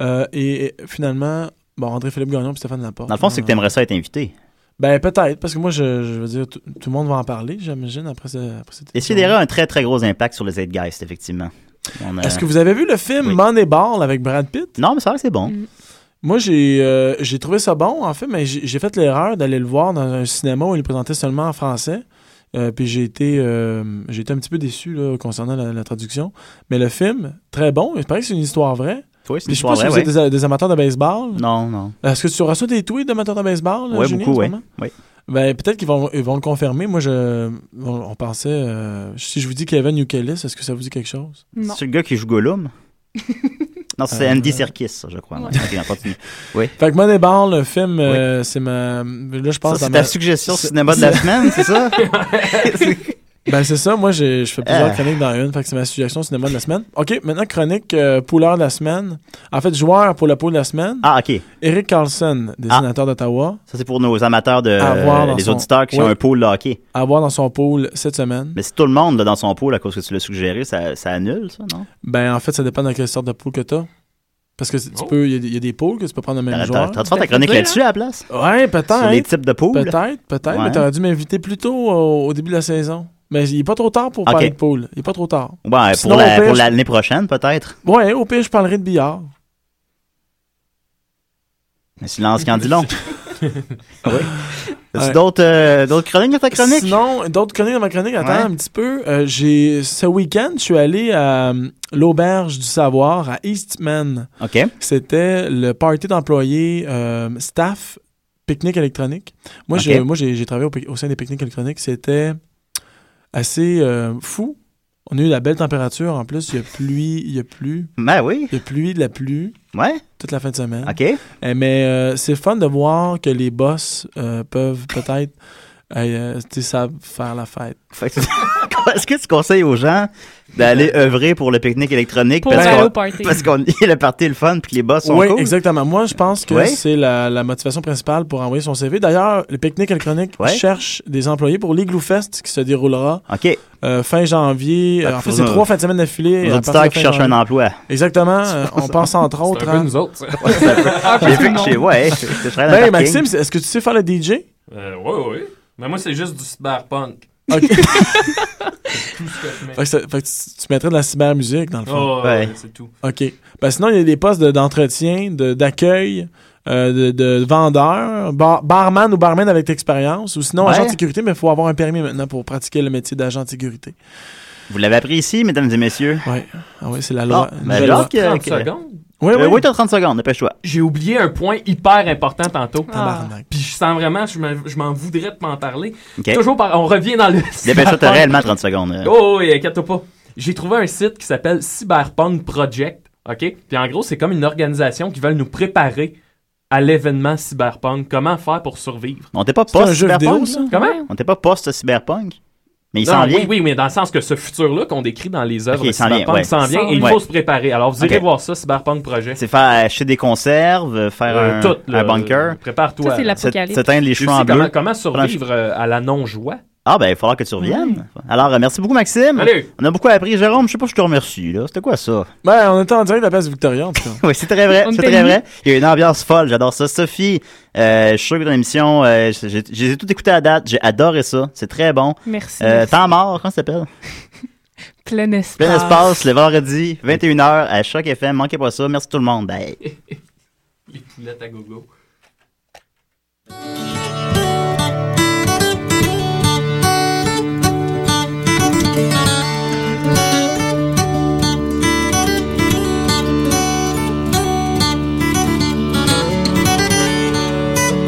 Euh, et, et finalement, bon, André-Philippe Gagnon et Stéphane Laporte. Dans le fond, c'est que Euh, t'aimerais ça être invité. Ben, peut-être, parce que moi, je, je veux dire, tout tout le monde va en parler, j'imagine, après, ce- après cette Essayer émission-là. a un très très gros impact sur les Zeitgeist, effectivement. On a- Est-ce que vous avez vu le film Oui. Moneyball avec Brad Pitt? Non, mais c'est vrai que c'est bon. Moi, j'ai euh, j'ai trouvé ça bon, en fait, mais j'ai j'ai fait l'erreur d'aller le voir dans un cinéma où il le présentait seulement en français. Euh, puis j'ai été, euh, j'ai été un petit peu déçu là, concernant la, la traduction. Mais le film, très bon. Il paraît que c'est une histoire vraie. Puis Oui, c'est une je sais pas histoire si vraie, vous ouais. êtes des, a- des amateurs de baseball. Non, non. Est-ce que tu reçois des tweets d'amateurs de baseball? Oui, Julien, en beaucoup, ce oui. moment? Ouais. Ben, peut-être qu'ils vont, ils vont le confirmer. Moi, je, on, on pensait. euh, si je vous dis Kevin Ukelis, est-ce que ça vous dit quelque chose? Non. C'est le gars qui joue Gollum? non, c'est Euh, Andy Serkis, ça, je crois. Ouais. Ok, on continue. Fait que Moneyball, le film, euh, c'est ma. Là, je Ça, pense c'est dans ma- ta suggestion c'est- cinéma de la semaine, c'est ça? Ben c'est ça, moi j'ai- je fais plusieurs Ah. chroniques dans une, fait que c'est ma suggestion cinéma de la semaine. OK, maintenant chronique euh, pouleur de la semaine. En fait, joueur pour le pot de la semaine, Ah, ok. Eric Carlson, des Ah. sénateurs d'Ottawa, Ça, c'est pour nos amateurs de. À voir dans les son- auditeurs qui Oui. ont un pôle de hockey. à voir dans son pool cette semaine. Mais si tout le monde là, dans son pôle, à cause que tu l'as suggéré, ça, ça annule, ça, non? Ben en fait, ça dépend de quelle sorte de pool que t'as. Parce que c'est- tu Oh. peux, il y a des- il y, a des pools que tu peux prendre le même T'aurais- joueur. T'aurais t'aurais dû faire ta chronique là-dessus à la place? Ouais, Sur les peut-être. types de pôles? Peut-être, peut-être, mais Ouais. t'aurais dû m'inviter plus tôt euh, au début de la saison. Mais il est pas trop tard pour OK. parler de pool. Il est pas trop tard. Ouais, Sinon, pour la- au pire, pour je- l'année prochaine, peut-être. Ouais, au pire, je parlerai de billard. Un [LAUGHS] silence qui en dit long. [LAUGHS] Ah oui. As-tu Ouais. d'autres euh, d'autres chroniques dans ta chronique? Sinon, d'autres chroniques dans ma chronique, attends Ouais. un petit peu. Euh, j'ai ce week-end, je suis allé à euh, l'auberge du savoir à Eastman. OK. C'était le party d'employés euh, staff pique-nique électronique. Moi, Ok. j'ai- moi, j'ai j'ai travaillé au, pic- au sein des pique-niques électroniques. C'était assez euh, fou. On a eu la belle température. En plus, il y a pluie, il y a pluie, Ben oui. il y a pluie, de la pluie Ouais. toute la fin de semaine. OK. Eh, mais euh, c'est fun de voir que les boss euh, peuvent peut-être euh, tu sais, savent faire la fête. Fait que- Est-ce que tu [LAUGHS] conseilles aux gens d'aller Euh, œuvrer pour le pique-nique électronique Pour parce aller qu'on- au party. parce qu'on le party est le fun puis que les boss sont oui, cool? exactement. Moi, je pense que Ouais. c'est la, la motivation principale pour envoyer son CV. D'ailleurs, le pique-nique électronique Ouais. cherche des employés pour l'Igloo Fest qui se déroulera OK. euh, fin janvier. Fait que Euh, en fait, faut c'est nous- trois fins de semaine d'affilée. Les à partir auditeurs de qui fin cherchent un janvier. [LAUGHS] emploi. Exactement. Euh, on pense entre C'est autres. un peu hein. nous autres. ça. J'ai vu que chez- ouais, je je travaille dans le Ben, parking. Maxime, c'est- est-ce que tu sais faire le DJ? Euh, ouais, ouais. Mais moi, c'est juste du cyberpunk. Ok. [LAUGHS] Tout ce que je mets. Fait que, ça- fait que tu, tu mettrais de la cybermusique, dans le fond. Oh, ouais, Ouais. c'est tout. OK. Ben, sinon, il y a des postes de- d'entretien, de- d'accueil, euh, de, de vendeur, bar- barman ou barman avec expérience, ou sinon Ouais. agent de sécurité, mais il faut avoir un permis maintenant pour pratiquer le métier d'agent de sécurité. Vous l'avez appris ici, mesdames et messieurs. Ouais. Ah oui, c'est la Bon, loi. ben, Nouvelle j'ai loi. hâte que- 30 que- secondes. Ben Oui, oui. Euh, Oui, t'as 30 [LAUGHS] secondes, dépêche-toi. J'ai oublié un point hyper important tantôt. Ah. Tabarnak. Puis je sens vraiment, je m'en- je m'en voudrais de m'en parler. OK. Toujours par- on revient dans le. Dépêche-toi, t'as cyberpunk. réellement 30 secondes. euh. Oh, oui, inquiète-toi pas. J'ai trouvé un site qui s'appelle Cyberpunk Project. OK? Puis en gros, c'est comme une organisation qui veulent nous préparer à l'événement cyberpunk. Comment faire pour survivre? On n'était pas C'est un jeu vidéo, post-cyberpunk, ça? ça? Comment? On n'était pas post-cyberpunk? Mais il Non, s'en vient. Oui, oui, mais dans le sens que ce futur-là qu'on décrit dans les œuvres Ok, il s'en vient, cyberpunk ouais. s'en vient et il Ouais. faut se préparer. Alors, vous irez Ok. voir ça, Cyberpunk Projet. C'est faire acheter des conserves, euh, faire Euh, un, tout, là, un bunker, euh, Prépare-toi. Ça, c'est l'apocalypse. s'éteindre les Tu sais cheveux en comment, bleu. comment survivre euh, à la non-joie. Ah, ben, il faudra que tu reviennes. Alors, euh, merci beaucoup, Maxime. Salut! On a beaucoup appris. Jérôme, je sais pas, je te remercie. là. C'était quoi ça? Ben, [LAUGHS] on était en direct de la place Victoria, en tout cas. Oui, c'est très vrai. On C'est t'a très mis. vrai. Il y a une ambiance folle. J'adore ça. Sophie, euh, je suis sûr que dans l'émission, euh, j'ai- j'ai tout écouté à date. J'ai adoré ça. C'est très bon. Merci. Euh, temps mort, comment ça s'appelle? Plein espace. Plein espace, le vendredi, 21h à Choc FM. Manquez pas ça. Merci tout le monde. Bye. Les poulettes à gogo.